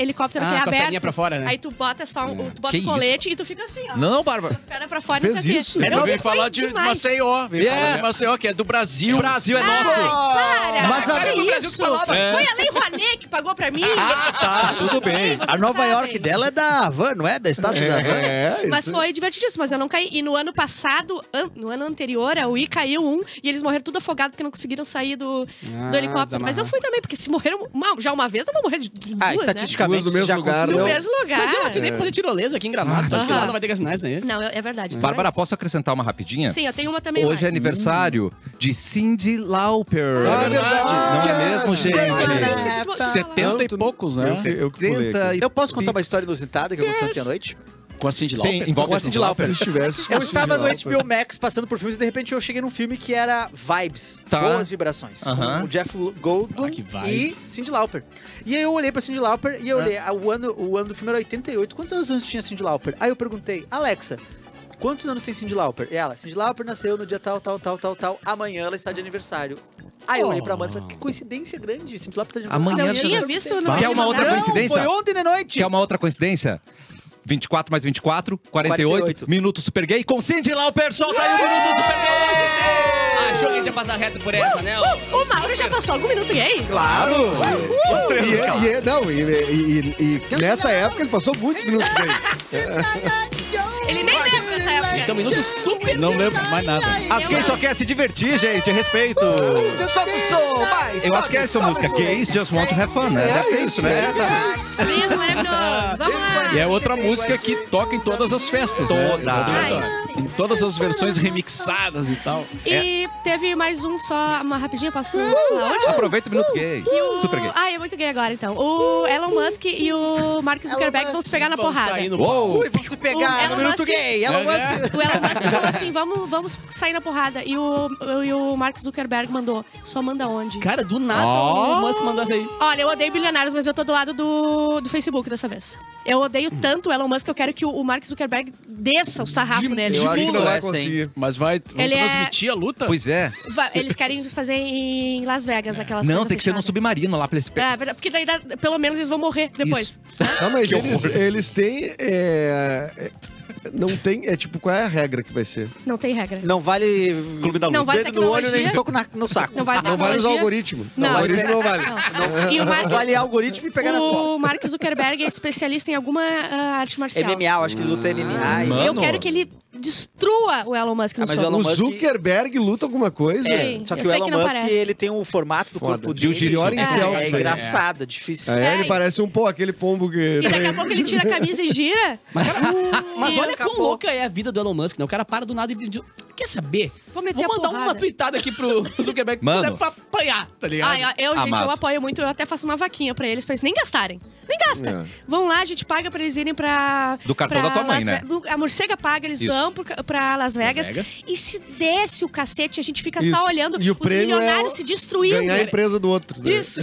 S5: helicóptero
S2: Ah,
S5: que é
S2: com as perninhas
S5: aberto.
S2: pra fora, né?
S5: Aí tu bota só um, tu bota
S1: Que
S5: o colete e tu fica assim, ó.
S1: Não, Bárbara.
S5: Com as pernas pra fora,
S6: Fez
S5: não sei o quê.
S6: isso?
S7: Eu
S5: Não,
S7: vim
S5: mas
S7: falar
S5: foi
S7: de de
S5: demais.
S7: Maceió. Vim
S1: Yeah.
S7: falar de Maceió, que é do Brasil.
S1: Brasil é nosso.
S5: Para!
S3: Mas a-
S5: que
S3: Era do Brasil que
S5: isso?
S3: falava.
S7: É.
S5: Foi a Lei Rouanet que pagou pra mim.
S1: Ah, tá. Tudo bem.
S5: Vocês
S3: A Nova
S5: sabem.
S3: York dela é da Havan, não é? Da estátua da Havan.
S6: É,
S5: Mas
S6: isso.
S5: foi divertidíssimo, mas eu não caí. E no ano passado, an- no ano anterior, a UI caiu um e eles morreram tudo afogados porque não conseguiram sair do,
S1: Ah,
S5: do
S1: tá
S5: helicóptero. Mas eu fui também, porque se morreram uma- já uma vez, não vou morrer de de duas,
S3: Ah,
S5: né?
S3: estatisticamente
S6: Duas no
S3: isso já
S6: mesmo lugar,
S5: No
S3: aconteceu.
S6: não.
S5: mesmo lugar.
S2: Mas eu um assim,
S1: É.
S2: assinei pra fazer tirolesa aqui em Gramado. Acho que lá
S5: Aham.
S2: não vai ter que assinar isso aí.
S5: Não, é é verdade. não
S1: Bárbara,
S5: é isso.
S1: posso acrescentar uma rapidinha?
S5: Sim, eu tenho uma também.
S1: Hoje é
S5: mais.
S1: aniversário de Cindy Lauper.
S6: Ah,
S1: Não
S6: verdade.
S1: é mesmo,
S5: Ah,
S1: gente?
S5: esqueci de botar.
S1: 70
S7: e poucos, né?
S6: Eu, eu que pulei aqui.
S1: e...
S3: Eu posso contar uma história inusitada que aconteceu ontem à noite?
S7: Com a Cindy Lauper.
S1: Tem, envolve
S3: Com
S1: a
S3: a
S1: Cindy
S3: Cyndi
S1: Lauper.
S6: Se tivesse...
S3: Eu estava no HBO Max passando por filmes e de repente eu cheguei num filme que era Vibes,
S1: Tá.
S3: Boas Vibrações. com
S1: Aham.
S3: O Jeff Goldblum
S2: Ah, que vibe.
S3: e Cyndi Lauper. E aí eu olhei pra Cyndi Lauper e eu
S1: É.
S3: olhei, ah, o, ano, o ano do filme era 88, quantos anos antes tinha Cyndi Lauper? Aí eu perguntei, Alexa, quantos anos tem Cyndi Lauper? E ela, Cyndi Lauper nasceu no dia tal, tal, tal, tal, tal, amanhã ela está de aniversário. Aí eu olhei pra Amanda e falei, que coincidência grande, Cyndi Lauper tá de aniversário.
S1: Oh. Amanhã né?
S5: Eu tinha visto, eu não
S1: Quer
S5: ia
S1: uma outra
S5: mandar.
S3: Não,
S1: coincidência?
S3: foi ontem de noite.
S1: Quer uma outra coincidência? 24 mais 24, 48,
S3: 48.
S1: Minuto Super Gay com Cindy Lauper. Solta aí o Minuto Super Gay!
S5: Ah.
S2: Achou que a gente ia passar reto por essa, né?
S5: O Mauro já passou algum minuto gay?
S6: Claro! E, é, e- e- não, e, e- e- e nessa época ele passou muitos minutos bem.
S5: Ele nem lembra dessa época.
S2: Esse é um minuto super
S7: Não lembro mais nada.
S1: As gays só querem se divertir, gente. Respeito.
S11: Solta o som, vai!
S1: Eu acho que é essa a música. Gays just want to have fun,
S6: É
S1: né? Deve ser isso, né?
S5: Lindo, maravilhoso. Vamos lá.
S7: E é outra música que toca em todas as festas. Né?
S5: Ah, isso
S7: Em todas as versões remixadas e tal.
S1: É,
S5: E teve mais um só, uma rapidinha, posso falar? Onde?
S1: Aproveita o minuto gay. Super gay.
S5: Ai, é muito gay agora, então. O Elon Musk e o Mark Zuckerberg vão se pegar na porrada.
S2: Saindo
S1: Uou!
S11: Ui, posso
S5: O
S11: pegar
S5: Elon
S11: no minuto
S5: Musk-
S3: um
S11: gay.
S3: É,
S11: Elon Musk.
S3: né?
S5: O Elon Musk falou assim, vamos, vamos sair na porrada. E o, e o Mark Zuckerberg mandou, só manda onde?
S2: Cara, do nada
S1: Ah.
S2: o Musk mandou essa aí.
S5: Olha, eu odeio bilionários, mas eu tô do lado do, do Facebook dessa vez. Eu odeio tanto o Elon Musk que eu quero que o, o Mark Zuckerberg desça o sarrafo nele.
S11: Eu acho que não vai
S6: essa, hein?
S11: conseguir.
S7: Mas vai vão
S5: Ele é-
S7: transmitir a luta?
S1: Pois é.
S5: Tipo, Va- Eles querem fazer em Las Vegas, naquelas
S1: Não,
S5: coisas
S1: tem que ser num
S5: fechadas.
S1: submarino lá pra esse
S5: É, verdade, porque daí dá- pelo menos eles vão morrer depois.
S6: Não, mas
S1: Que
S6: eles,
S1: horror.
S6: eles têm. é, é, não tem. É tipo, qual é a regra que vai ser?
S5: Não tem regra.
S3: Não vale
S1: Clube da
S5: Não
S1: Luta.
S5: vale
S3: dedo no olho nem
S5: tecnologia.
S3: soco na- no saco.
S5: Não vale
S6: Não vale usar
S5: tecnologia.
S6: algoritmo.
S5: Não,
S6: Não, algoritmo não vale.
S5: Não. E o Mark,
S3: Não vale algoritmo e pegar nas costas.
S5: o Mark Zuckerberg é especialista em alguma ah, arte marcial.
S3: MMA, eu acho que ele um luta é MMA.
S1: Mano.
S5: Eu quero que ele destrua o Elon Musk no
S3: Ah, mas
S5: soco.
S3: o Elon
S6: O
S3: Musk-
S6: Zuckerberg luta alguma coisa?
S5: É.
S3: Só que
S5: eu
S3: o
S5: sei
S3: Elon
S5: que não
S3: Musk,
S5: parece.
S3: ele tem um formato do
S6: Foda.
S3: corpo
S6: De um
S3: dele.
S6: gilhório
S3: que
S6: em selfie,
S3: é,
S6: né?
S3: engraçado, é difícil.
S6: Aí
S5: É.
S6: ele parece um pô, aquele pombo que.
S5: E daqui a pouco ele tira a camisa e gira.
S2: Mas
S5: E
S2: olha
S5: acabou.
S2: quão louca é a vida do Elon Musk, né? O cara para do nada e diz, quer saber?
S5: Vou
S2: Vou
S5: meter a
S2: mandar
S5: porrada.
S2: uma tweetada aqui pro Zuckerberg
S1: Mano.
S2: pra apanhar, tá ligado?
S5: Ai, Ah, eu, gente,
S1: Amado.
S5: eu apoio muito. Eu até faço uma vaquinha pra eles, pra eles nem gastarem. Nem gasta. Vão lá, a gente paga pra eles irem pra...
S1: Do cartão
S5: pra
S1: da tua mãe,
S5: Las
S1: né?
S5: Ve- do- a morcega paga, eles
S1: Isso.
S5: vão pro ca- pra Las Vegas.
S2: Vegas.
S5: E se desce o cacete, a gente fica
S6: Isso.
S5: só olhando
S6: E o
S5: os
S6: prêmio é
S5: milionários
S6: o-
S5: se destruindo.
S6: Ganhar a empresa do outro. né?
S2: Isso.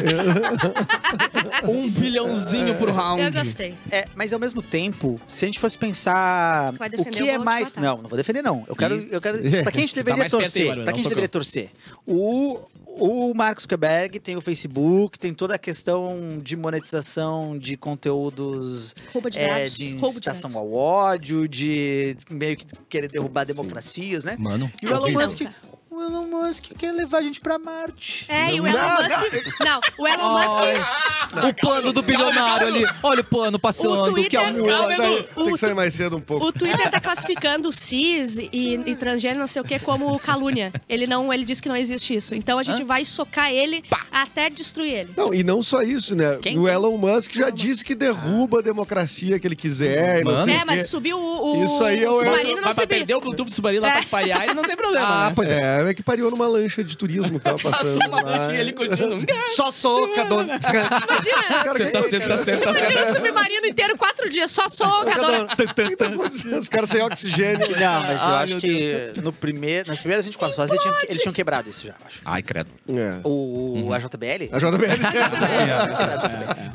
S2: um bilhãozinho pro round.
S5: Eu gostei.
S3: É, mas ao mesmo tempo, se a gente fosse pensar
S5: Vai
S3: o
S5: defender, eu
S3: que
S5: vou
S3: é
S5: te
S3: mais.
S5: matar.
S3: Não, não vou defender, não. Eu quero. Eu quero pra quem a gente
S2: Tá
S3: deveria
S2: mais perto aí,
S3: torcer?
S2: Barulho,
S3: pra quem a gente
S2: não,
S3: deveria torcer? O, o Mark Zuckerberg tem o Facebook, tem toda a questão de monetização de conteúdos
S5: Roubo de
S3: é,
S5: dados.
S3: de
S5: roubo de dados.
S3: incitação ao ódio, de meio que querer derrubar democracias, né?
S4: Mano.
S3: E o Elon
S5: Horrível.
S3: Musk. O Elon Musk quer levar a gente pra Marte.
S5: É, e o Elon Musk... Não, o Elon Musk...
S1: O plano do bilionário ali. Olha o plano
S5: O
S1: passando,
S5: Twitter- é
S1: que é um amor.
S5: Calma,
S6: Tem que sair-
S5: Edu.
S6: Tem que sair mais cedo um pouco.
S5: O Twitter tá classificando cis e, e transgênero, não sei o que, como calúnia. Ele não, ele disse que não existe isso. Então a gente vai socar ele até destruir ele.
S6: Não, e não só isso, né?
S3: Quem?
S6: O Elon Musk já disse que derruba a democracia que ele quiser. e não
S1: Mano.
S6: sei o
S5: É,
S6: quê.
S5: mas subiu o, o,
S6: Isso aí é o-
S5: o submarino, não É.
S2: Mas pra
S5: subiu.
S2: perder o Bluetooth do submarino lá pra espalhar, e não tem problema,
S1: Ah,
S2: né?
S1: pois é.
S6: É, é que pariu numa lancha de turismo que tava passando
S2: Passou uma
S6: lá.
S1: Ah, é.
S2: banquinha ali
S1: Tá
S2: curtindo.
S11: Só soca, dono.
S5: Imagina,
S2: Senta, senta, senta, senta.
S5: né? imagina o submarino inteiro, quatro dias, só soca. dona-
S6: O que tá acontecendo? Os caras sem oxigênio.
S3: Não, mas eu acho que no primeiro, nas primeiras 24 horas eles tinham, eles tinham quebrado isso já, eu acho. Uhum.
S1: Ai, credo.
S6: É.
S3: O, o- a JBL?
S6: A JBL.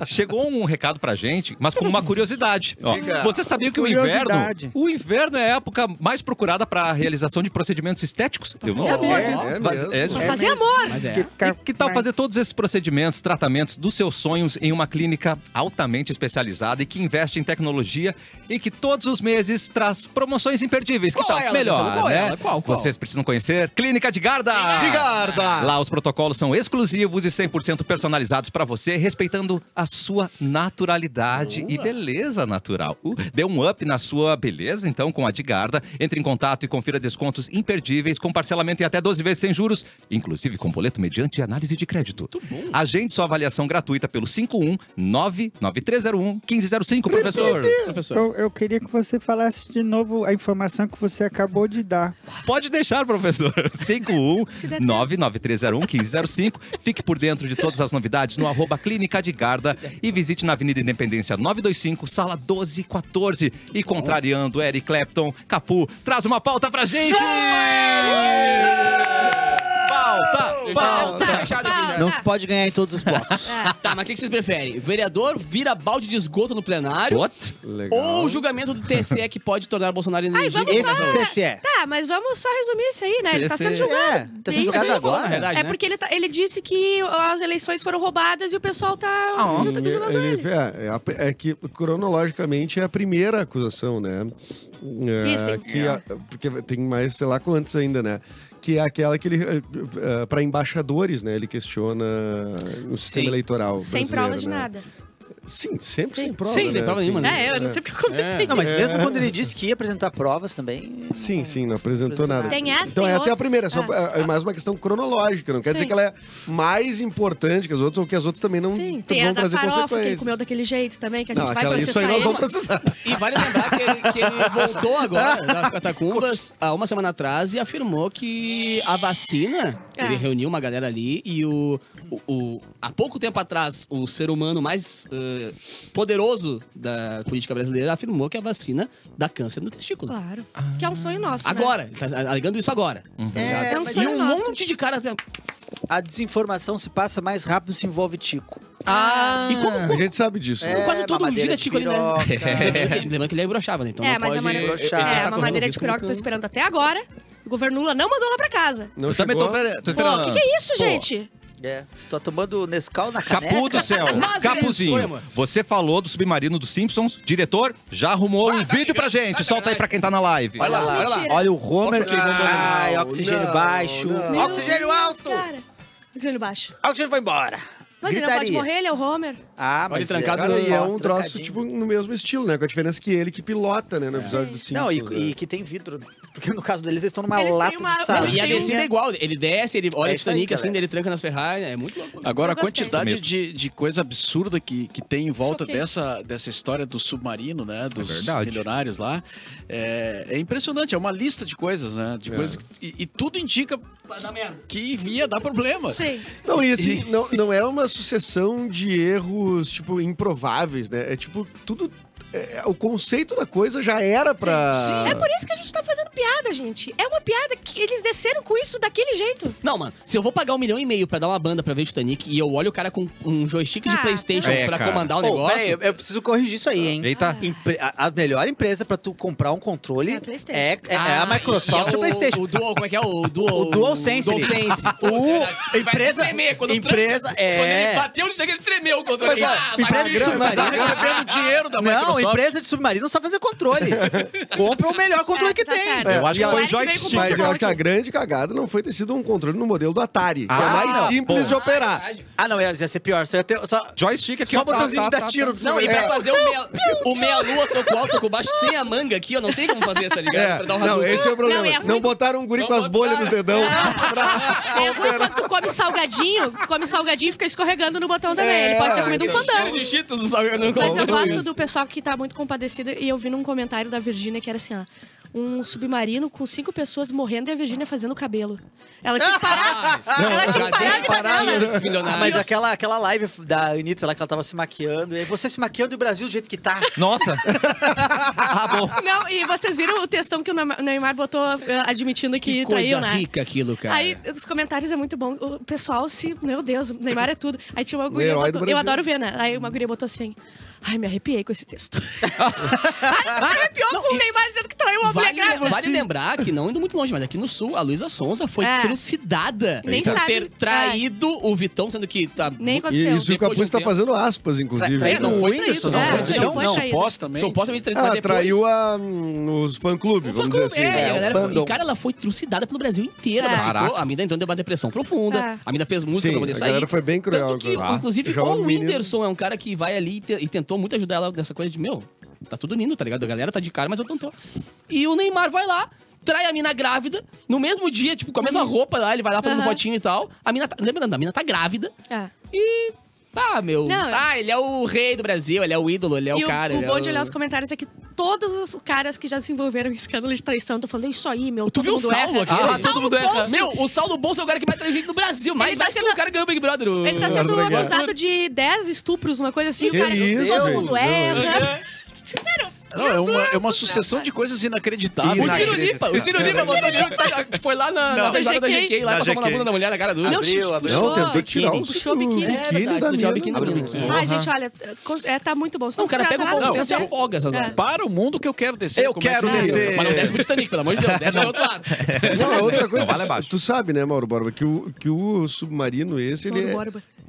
S6: é,
S1: Chegou um recado pra gente, mas com uma curiosidade. Ó,
S6: Diga.
S1: você sabia que o inverno.
S3: Curiosidade.
S1: O inverno é a época mais procurada pra realização de procedimentos estéticos? Eu não
S5: fazer
S1: sabia.
S5: amor,
S6: né?
S1: Mas-
S6: É mesmo.
S1: é,
S5: Pra fazer amor.
S2: Mas é.
S1: E que tal fazer todos esses procedimentos, tratamentos dos seus sonhos em uma clínica altamente especializada e que investe em tecnologia e que todos os meses traz promoções imperdíveis? que
S2: Qual
S1: tal?
S2: é ela,
S1: Melhor,
S2: Marcelo? Qual é
S1: né?
S2: ela? Qual, qual?
S1: Vocês precisam conhecer Clínica de Garda!
S6: De Garda!
S1: Lá os protocolos são exclusivos e 100% personalizados pra você, respeitando a sua naturalidade e beleza natural. Uh, dê um up na sua beleza, então, com a de Garda. Entre em contato e confira descontos imperdíveis com parcelamento em até 12 vezes sem juros, inclusive com boleto mediante análise de crédito. Agende sua avaliação gratuita pelo 51 99301 1505, professor.
S2: Professor.
S12: Eu, eu queria que você falasse de novo a informação que você acabou de dar.
S1: Pode deixar, professor. 51
S5: Se der
S1: 99301 1505. Fique por dentro de todas as novidades no arroba Clínica de Garda e visite na Avenida Independência 925, sala 1214. E contrariando Eric Clapton, Capu, traz uma pauta pra gente! Pauta! Pauta!
S5: Tá,
S2: Fechado,
S5: tá,
S2: fechado.
S3: Não
S5: tá.
S3: se pode ganhar em todos os blocos.
S5: É.
S2: Tá, mas o que que vocês preferem? Vereador vira balde de esgoto no plenário?
S1: What?
S2: Ou o julgamento do TCE que pode tornar Bolsonaro inelegível?
S5: vamos
S3: Esse é.
S5: lá.
S3: do TCE.
S5: Tá, mas vamos só resumir isso aí, né? Ele tá
S1: Esse-
S5: sendo julgado.
S3: É, tá sendo
S5: Isso.
S3: julgado
S5: Ele falou,
S3: agora.
S2: na verdade,
S5: É
S2: né?
S5: porque ele, tá- ele disse que as eleições foram roubadas e o pessoal tá,
S3: Ah,
S5: tá julgando
S6: Ele-
S5: ele.
S6: ele- é, é a- é, que cronologicamente é a primeira acusação, né? É,
S5: Isso, tem-
S6: que a- porque tem mais, sei lá quantos ainda, né? Que é aquela que ele. para embaixadores, né? Ele questiona o
S3: Sim.
S6: sistema eleitoral.
S5: Sem
S6: brasileiro,
S5: prova de
S6: né?
S5: nada.
S6: Sim, sempre sem prova.
S2: Sim, sem
S6: né?
S2: prova
S6: Assim,
S2: nenhuma, né?
S5: É, eu não sei porque eu comentei.
S3: Não, mas mesmo quando ele disse que ia apresentar provas também.
S6: Sim, sim, não apresentou nada.
S5: Tem essa,
S6: então,
S5: tem
S6: essa é a
S5: outras.
S6: primeira, é, só,
S5: Ah.
S6: é mais uma questão cronológica. Não quer dizer
S5: Sim.
S6: que ela é mais importante que as outras ou que as outras também não
S5: Sim,
S6: t-
S5: tem a
S6: vão
S5: da
S6: trazer
S5: farofa que ele comeu
S6: consequências.
S5: daquele jeito também, que a gente
S6: Não,
S5: vai
S6: aquela,
S5: processar
S6: isso aí nós
S5: ele.
S6: vamos processar.
S2: E vale lembrar que ele, que ele voltou agora das catacumbas há uma semana atrás e afirmou que a vacina.
S5: É.
S2: Ele reuniu uma galera ali e o, o, o- Há pouco tempo atrás, o ser humano mais eh, poderoso da política brasileira afirmou que a vacina dá câncer no testículo.
S5: Claro. Que é um sonho nosso. né?
S2: Agora, ele tá alegando isso agora.
S3: Uhum.
S2: tá ligado?
S5: É um
S2: e
S5: sonho
S2: um
S5: nosso.
S2: monte de cara.
S3: A desinformação se passa mais rápido se envolve Tico.
S2: Ah! E como,
S6: A gente sabe disso.
S5: É.
S6: né?
S2: quase tudo
S3: É, mamadeira
S2: gira
S3: de
S2: tico ali, né?
S3: piroca.
S2: Lembrando que ele é brochava, né? Então
S5: é,
S2: não
S5: mas
S2: pode...
S5: a maneira,
S2: ele
S5: é,
S2: tá
S5: a
S2: correndo
S5: mamadeira de
S2: risco,
S5: piroca eu tô
S2: então.
S5: esperando até agora. O governo Lula não mandou lá pra casa.
S6: Não
S1: Eu também tô,
S6: chegou.
S1: pera- tô
S5: Pô,
S1: esperando.
S5: o que, que é isso,
S1: Pô,
S5: gente?
S3: É. Tô tomando Nescau na caneca.
S1: Capu do céu,
S2: Mas ele foi,
S1: Capuzinho,
S2: mano.
S1: você falou do submarino dos Simpsons, diretor, já arrumou um vídeo pra gente, solta aí pra quem tá na live.
S2: Olha lá, olha lá.
S5: é Mentira.
S3: Olha o Homer.
S2: Olha o que ele mandou.
S3: Ai,
S6: Não,
S3: oxigênio
S6: não,
S3: baixo.
S6: não.
S5: Meu
S3: Oxigênio
S5: Deus,
S3: alto.
S5: cara. Oxigênio baixo.
S3: Oxigênio vai embora.
S5: Mas ele não pode
S3: Gritaria.
S5: morrer, ele é o Homer.
S3: Ah, mas
S2: Olha, trancado
S6: Cara, e é
S3: Ó,
S6: um troço,
S3: trancadinho.
S6: tipo, no mesmo estilo, né? Com a diferença que ele que pilota, né? No episódio do Simpsons.
S3: Não, e,
S6: né?
S3: e que tem vidro. Porque no caso deles, eles estão numa
S5: Eles têm
S3: lata
S5: uma-
S3: de
S2: Não,
S3: sal.
S2: e a
S5: Tem um-
S2: descida é igual. Ele desce, ele olha
S3: É
S2: o
S3: isso aí,
S2: Titanic assim,
S3: galera.
S2: ele tranca nas Ferrari. É muito louco.
S7: Agora, a
S5: Eu gostei.
S7: quantidade
S1: Medo.
S7: de, de coisa absurda que, que tem em volta
S5: Choquei.
S7: dessa, dessa história do submarino, né? Dos
S1: verdade.
S7: milionários lá. É, é impressionante, é uma lista de coisas, né? De coisas que- e, e tudo indica
S2: Vai dar merda.
S7: que ia dar problema.
S5: Sim.
S6: Não, e assim, não, não é uma sucessão de erros, tipo, improváveis, né? É tipo, tudo. é, o conceito da coisa já era pra.
S5: É por isso que a gente tá fazendo piada, gente. É uma piada que eles desceram com isso daquele jeito.
S2: Não, mano, se eu vou pagar um milhão e meio pra dar uma banda pra ver Titanic e eu olho o cara com um joystick de
S5: Ah,
S2: Playstation
S1: é,
S2: pra
S1: cara.
S2: comandar o
S3: Ô,
S2: negócio.
S3: peraí, eu, eu preciso corrigir isso aí, hein? Ah.
S1: Eita.
S3: Empre- a, a melhor empresa pra tu comprar um controle
S5: É a PlayStation.
S3: é, é- é
S2: Ah,
S3: a Microsoft e
S2: é
S3: a
S2: o-
S3: PlayStation.
S2: O Dual, como é que é? O Dual...
S3: O DualSense,
S2: O
S3: ele-
S2: DualSense.
S3: O-
S2: Ele vai
S3: empresa-
S2: tremer. Quando
S3: empresa-
S2: quando
S3: é.
S2: ele bateu no sangue, ele tremeu. Contra
S6: Mas, ó,
S2: ah,
S6: empresa
S2: vai
S6: de
S2: isso,
S6: submarino,
S2: cara.
S7: Tá
S6: mas
S7: Recebendo dinheiro da
S3: Não,
S7: Microsoft.
S3: empresa de submarino não sabe fazer controle. Compra o melhor controle
S5: É,
S3: que
S5: tá
S3: tem.
S5: certo.
S1: Eu acho que
S6: e
S1: foi um
S6: a-
S1: joystick.
S6: Mas eu acho que a grande cagada não foi ter sido um controle no modelo do Atari, que é
S3: Ah,
S6: mais
S3: não,
S6: simples
S3: pô.
S6: de operar.
S3: Ah, não, ia ia ser pior. Só, ia ter, só,
S1: Joystick aqui,
S3: só
S1: ó,
S3: botar
S1: tá,
S3: os vídeos
S1: tá,
S3: da
S1: tá,
S3: tiro do
S2: Não, e
S3: submarino.
S2: pra fazer o meia, o meia lua, seu com alto, seu com baixo, sem a manga aqui, ó, não tem como fazer, tá ligado?
S6: É,
S2: pra dar um
S6: não,
S2: Hadouken.
S6: esse é o problema.
S5: Não,
S6: Não,
S5: é ruim.
S6: botaram um guri
S7: Não
S6: com as bolhas nos
S7: botaram.
S6: dedão.
S5: É ruim quando tu come salgadinho, tu come salgadinho e fica escorregando no botão também. Ele pode ter comido um fandango.
S7: de Cheetos, não sabe? Eu não
S5: Mas eu
S7: compro
S5: gosto
S7: isso.
S5: do pessoal que tá muito compadecido e eu vi num comentário da Virgínia que era assim, ó. Um submarino com cinco pessoas morrendo e a Virgínia fazendo o cabelo. Ela tinha que parar. ela tinha que parar a vida
S2: Parar,
S5: dela.
S2: esses milionários.
S3: Ah, Mas aquela, aquela live da Anitta lá que ela tava se maquiando. E aí você se maquiando e o Brasil do jeito que tá.
S1: Nossa. ah, bom.
S5: Não, e vocês viram o textão que o Neymar- Neymar botou eh, admitindo que,
S2: Que coisa
S5: traiu, né?
S2: rica aquilo, cara.
S5: Aí, os comentários é muito bom. O pessoal se. Meu Deus, o Neymar é tudo. Aí tinha uma guria.
S6: herói do
S5: botou- eu
S6: Brasil.
S5: adoro ver, né? Aí uma guria botou assim. Ai, me arrepiei com esse texto. Ai, me arrepiou com o Neymar dizendo que traiu uma mulher
S2: Vale,
S5: grávida.
S2: vale lembrar que, não indo muito longe, mas aqui no sul, a Luísa Sonza foi
S5: É.
S2: trucidada
S5: Nem
S2: por
S5: sabe. É.
S2: ter traído o Vitão, sendo que tá.
S5: Nem
S6: E
S5: aconteceu.
S6: isso o
S2: Depois de
S6: Capuz
S2: um
S6: tá
S2: tempo.
S6: fazendo aspas, inclusive.
S2: É, não foi
S3: O
S2: traído,
S3: Whindersson,
S2: não
S5: é,
S2: foi traído.
S5: não foi
S2: Não,
S5: traído.
S7: supostamente.
S2: supostamente traído,
S6: Ela
S2: mas depois...
S6: Ah, traiu a, hum, os fã-clube,
S2: Foi
S6: vamos
S2: como-
S6: dizer
S2: é,
S6: assim. né?
S2: a
S6: O
S2: galera foi-
S6: fandom.
S2: e, cara, ela foi trucidada pelo Brasil inteiro.
S5: É.
S2: Ela ficou-
S1: Caraca.
S2: a mina então deu uma depressão profunda.
S5: É.
S2: A mina fez música
S6: Sim,
S2: pra poder
S6: a
S2: sair.
S6: galera foi bem cruel
S2: Tanto que,
S6: agora.
S2: inclusive,
S6: Já
S2: o
S6: um menino-
S2: Whindersson é um cara que vai ali e, te- e tentou muito ajudar ela nessa coisa de, meu, tá tudo lindo, tá ligado? A galera tá de cara, mas eu tô. E o Neymar vai lá. Trai a mina grávida, no mesmo dia, tipo, com a mesma roupa lá, ele vai lá fazendo
S5: Aham.
S2: fotinho e tal. A mina tá, lembrando, a mina tá grávida
S5: É.
S2: e tá, meu.
S5: Não, eu-
S2: ah, ele é o rei do Brasil, ele é o ídolo, ele é
S5: e
S2: o cara.
S5: o,
S2: ele é
S5: bom de olhar os comentários é que todos os caras que já se envolveram em escândalo de traição estão falando isso aí, meu.
S2: Tu
S5: todo
S2: viu o
S5: mundo
S2: saldo
S5: erra.
S2: aqui?
S1: Ah,
S2: Ele
S1: todo mundo erra.
S5: bolso.
S2: Meu, o Sal do Bolso é o cara que mais trai gente no Brasil. Mas
S5: Ele
S2: vai
S5: tá
S2: ser
S5: sendo-
S2: o cara que ganhou o Big Brother. o-
S5: Ele tá sendo
S6: Eduardo Braguel.
S5: acusado de 10 estupros, uma coisa assim.
S6: Que
S5: o cara,
S6: isso,
S5: todo
S6: gente?
S5: mundo erra.
S7: Não, é uma, é uma sucessão de coisas inacreditáveis.
S2: O Tiro Lipa, o Tiro Lipa botou o Tiro Lipa, foi lá na, na beijada da
S5: GK.
S2: GK, lá
S1: Na
S2: passou a mão na
S1: GK.
S2: bunda da mulher na cara dura.
S5: Não,
S3: Abriu,
S5: Chico,
S3: abriu.
S5: puxou
S6: Não, tentou tirar
S5: biquíni,
S6: o
S5: puxou
S6: su-
S5: biquíni.
S2: É verdade,
S6: biquíni da
S2: puxou o
S6: mina.
S2: biquíni
S3: da mina.
S6: biquíni.
S5: Ai, gente, olha, é, tá muito bom.
S2: Não, o cara pega o bom senso e
S5: é
S2: afoga essas
S5: É.
S2: horas.
S7: Para o mundo que é? eu quero descer.
S1: Eu
S7: Começa
S1: quero
S7: aí.
S1: descer.
S2: Mas não desce pro Titanic, pelo amor de Deus, desce pro outro lado.
S6: Não, é outra
S1: Não,
S6: coisa.
S1: vale abaixo.
S6: tu sabe, né, Mauro Borba, que o, que o submarino esse, ele é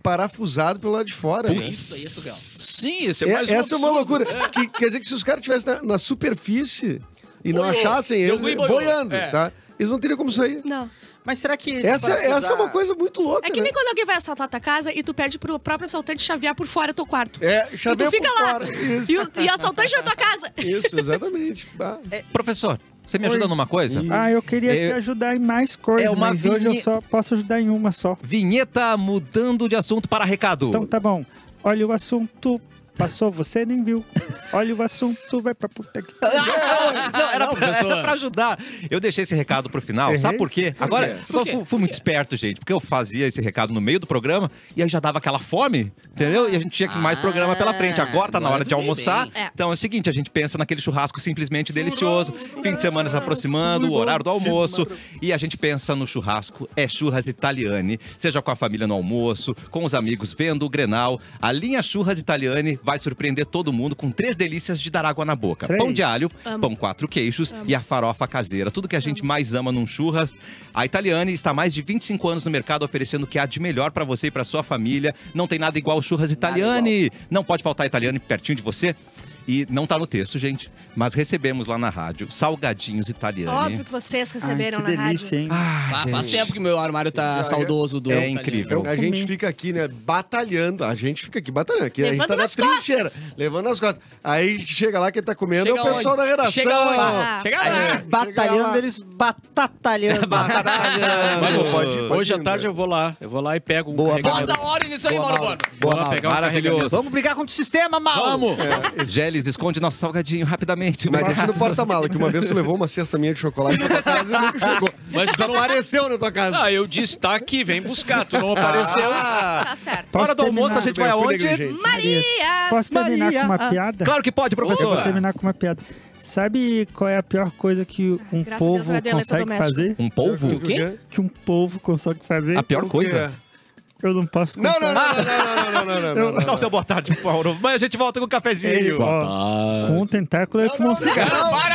S6: parafusado pelo lado de fora. né?
S2: Isso aí é surreal.
S7: Sim, esse é
S6: É-
S7: mais um
S6: essa é uma
S7: absurdo.
S6: loucura. Que- quer dizer que se os caras estivessem na, na superfície e não achassem
S7: Deu
S6: eles
S7: ruim, boiou.
S6: boiando,
S7: É.
S6: tá? Eles não teriam como sair.
S5: Não.
S3: Mas será que.
S6: Essa,
S3: parafusar-
S6: essa é uma coisa muito louca.
S5: É que
S6: né?
S5: nem quando alguém vai assaltar tua casa e tu pede pro próprio assaltante chavear por fora teu quarto.
S6: É, chaveia
S5: e tu fica
S6: por
S5: lá.
S6: fora, isso.
S5: E, o, e o assaltante na tua casa.
S6: Isso, exatamente. Bah.
S1: Professor, você me ajuda numa coisa?
S12: Ah, eu queria
S1: Eu-
S12: te ajudar em mais coisas,
S1: É uma
S12: mas hoje eu
S1: vinhe-
S12: só posso ajudar em uma só.
S1: Vinheta mudando de assunto para recado.
S12: Então tá bom. Olha o assunto. Passou, você nem viu. Olha o assunto, vai pra puta que.
S1: Ah, Não, era, pra,
S12: professor.
S1: era pra ajudar. Eu deixei esse recado pro final.
S12: Errei?
S1: Sabe por quê? Agora,
S12: quê?
S1: eu fui, fui muito esperto, gente, porque eu fazia esse recado no meio do programa e aí já dava aquela fome, entendeu? E a gente tinha que mais programa pela frente. Agora tá na
S2: Ah, agora
S1: hora de
S2: tudo bem,
S1: almoçar.
S2: bem. É.
S1: Então é o seguinte: a gente pensa naquele churrasco simplesmente delicioso, fim de semana se aproximando, o horário do almoço. E a gente pensa no churrasco, é churras italiane, seja com a família no almoço, com os amigos vendo o Grenal. A linha Churras Italiane vai surpreender todo mundo com três delícias de dar água na boca: pão de
S2: Três.
S1: alho,
S2: Amo.
S1: pão com quatro queijos e a farofa caseira. Tudo que a gente mais ama num churras. A Italiane está há mais de 25 anos no mercado oferecendo o que há de melhor para você e para sua família. Não tem nada igual ao churras Italiane. Não pode faltar Italiane pertinho de você. E não tá no texto, gente, mas recebemos lá na rádio salgadinhos
S5: Óbvio
S1: italiane.
S5: que vocês receberam
S12: Ai, que
S5: na
S12: delícia,
S5: rádio.
S12: hein?
S2: Ah, faz
S1: gente.
S2: tempo que meu armário tá
S6: Ah,
S2: saudoso do.
S1: É incrível.
S6: A gente fica aqui, né, batalhando. A gente fica aqui batalhando. Aqui, a gente
S5: Levando
S6: tá na
S5: nas costas.
S6: trincheira, levando nas costas. Aí chega lá, quem tá comendo
S2: Chega
S6: é o pessoal
S2: onde?
S6: da redação.
S2: Chega onde?
S6: Ah,
S2: Chega
S6: é,
S2: lá.
S6: chega
S3: Batalhando,
S6: lá.
S3: eles batatalhando.
S7: Mas,
S1: Pode-
S7: ô,
S1: pode
S7: hoje à tarde eu vou lá. Eu vou lá e pego um
S11: Boa,
S7: carregador.
S2: Bota a hora nisso aí,
S11: Boa,
S2: Mauro
S11: Mauro.
S2: Borba.
S11: Boa,
S7: Vou lá
S11: Mauro.
S7: pegar um
S1: Maravilhoso.
S7: carregador.
S3: Vamos brigar contra o sistema, mal.
S7: Vamos!
S1: Geles, esconde nosso salgadinho rapidamente.
S6: Mas
S1: Maria.
S6: deixa no porta-mala, que uma vez tu levou uma cesta minha de chocolate pra tua casa e nunca chegou.
S7: Mas tu não-
S6: Desapareceu na tua casa.
S7: Ah, eu disse, tá aqui, vem buscar. Tu não apareceu.
S5: Tá certo.
S1: Hora do
S12: Posso
S1: almoço, a
S12: terminar?
S1: gente vai
S6: Eu fui
S1: aonde?
S6: negligente.
S5: Maria!
S12: Posso terminar
S1: Maria,
S12: com
S1: ah,
S12: uma piada?
S1: Claro que pode,
S12: Eu vou
S1: professor.
S12: terminar com uma piada. Sabe qual é a pior coisa que um
S5: graças a Deus,
S12: povo
S5: não é do
S12: consegue
S5: eletrodoméstico.
S12: fazer?
S1: Um polvo?
S6: O quê?
S12: Que um povo consegue fazer?
S1: A pior coisa.
S12: Eu não posso
S6: Não, não,
S12: contar.
S6: não, não, não, não, não, não, não, não,
S1: Dá o seu boa tarde, Mauro. Mas a gente volta com o cafezinho.
S12: Ó, com um tentáculo eu fumo um cigarro.
S6: não, não,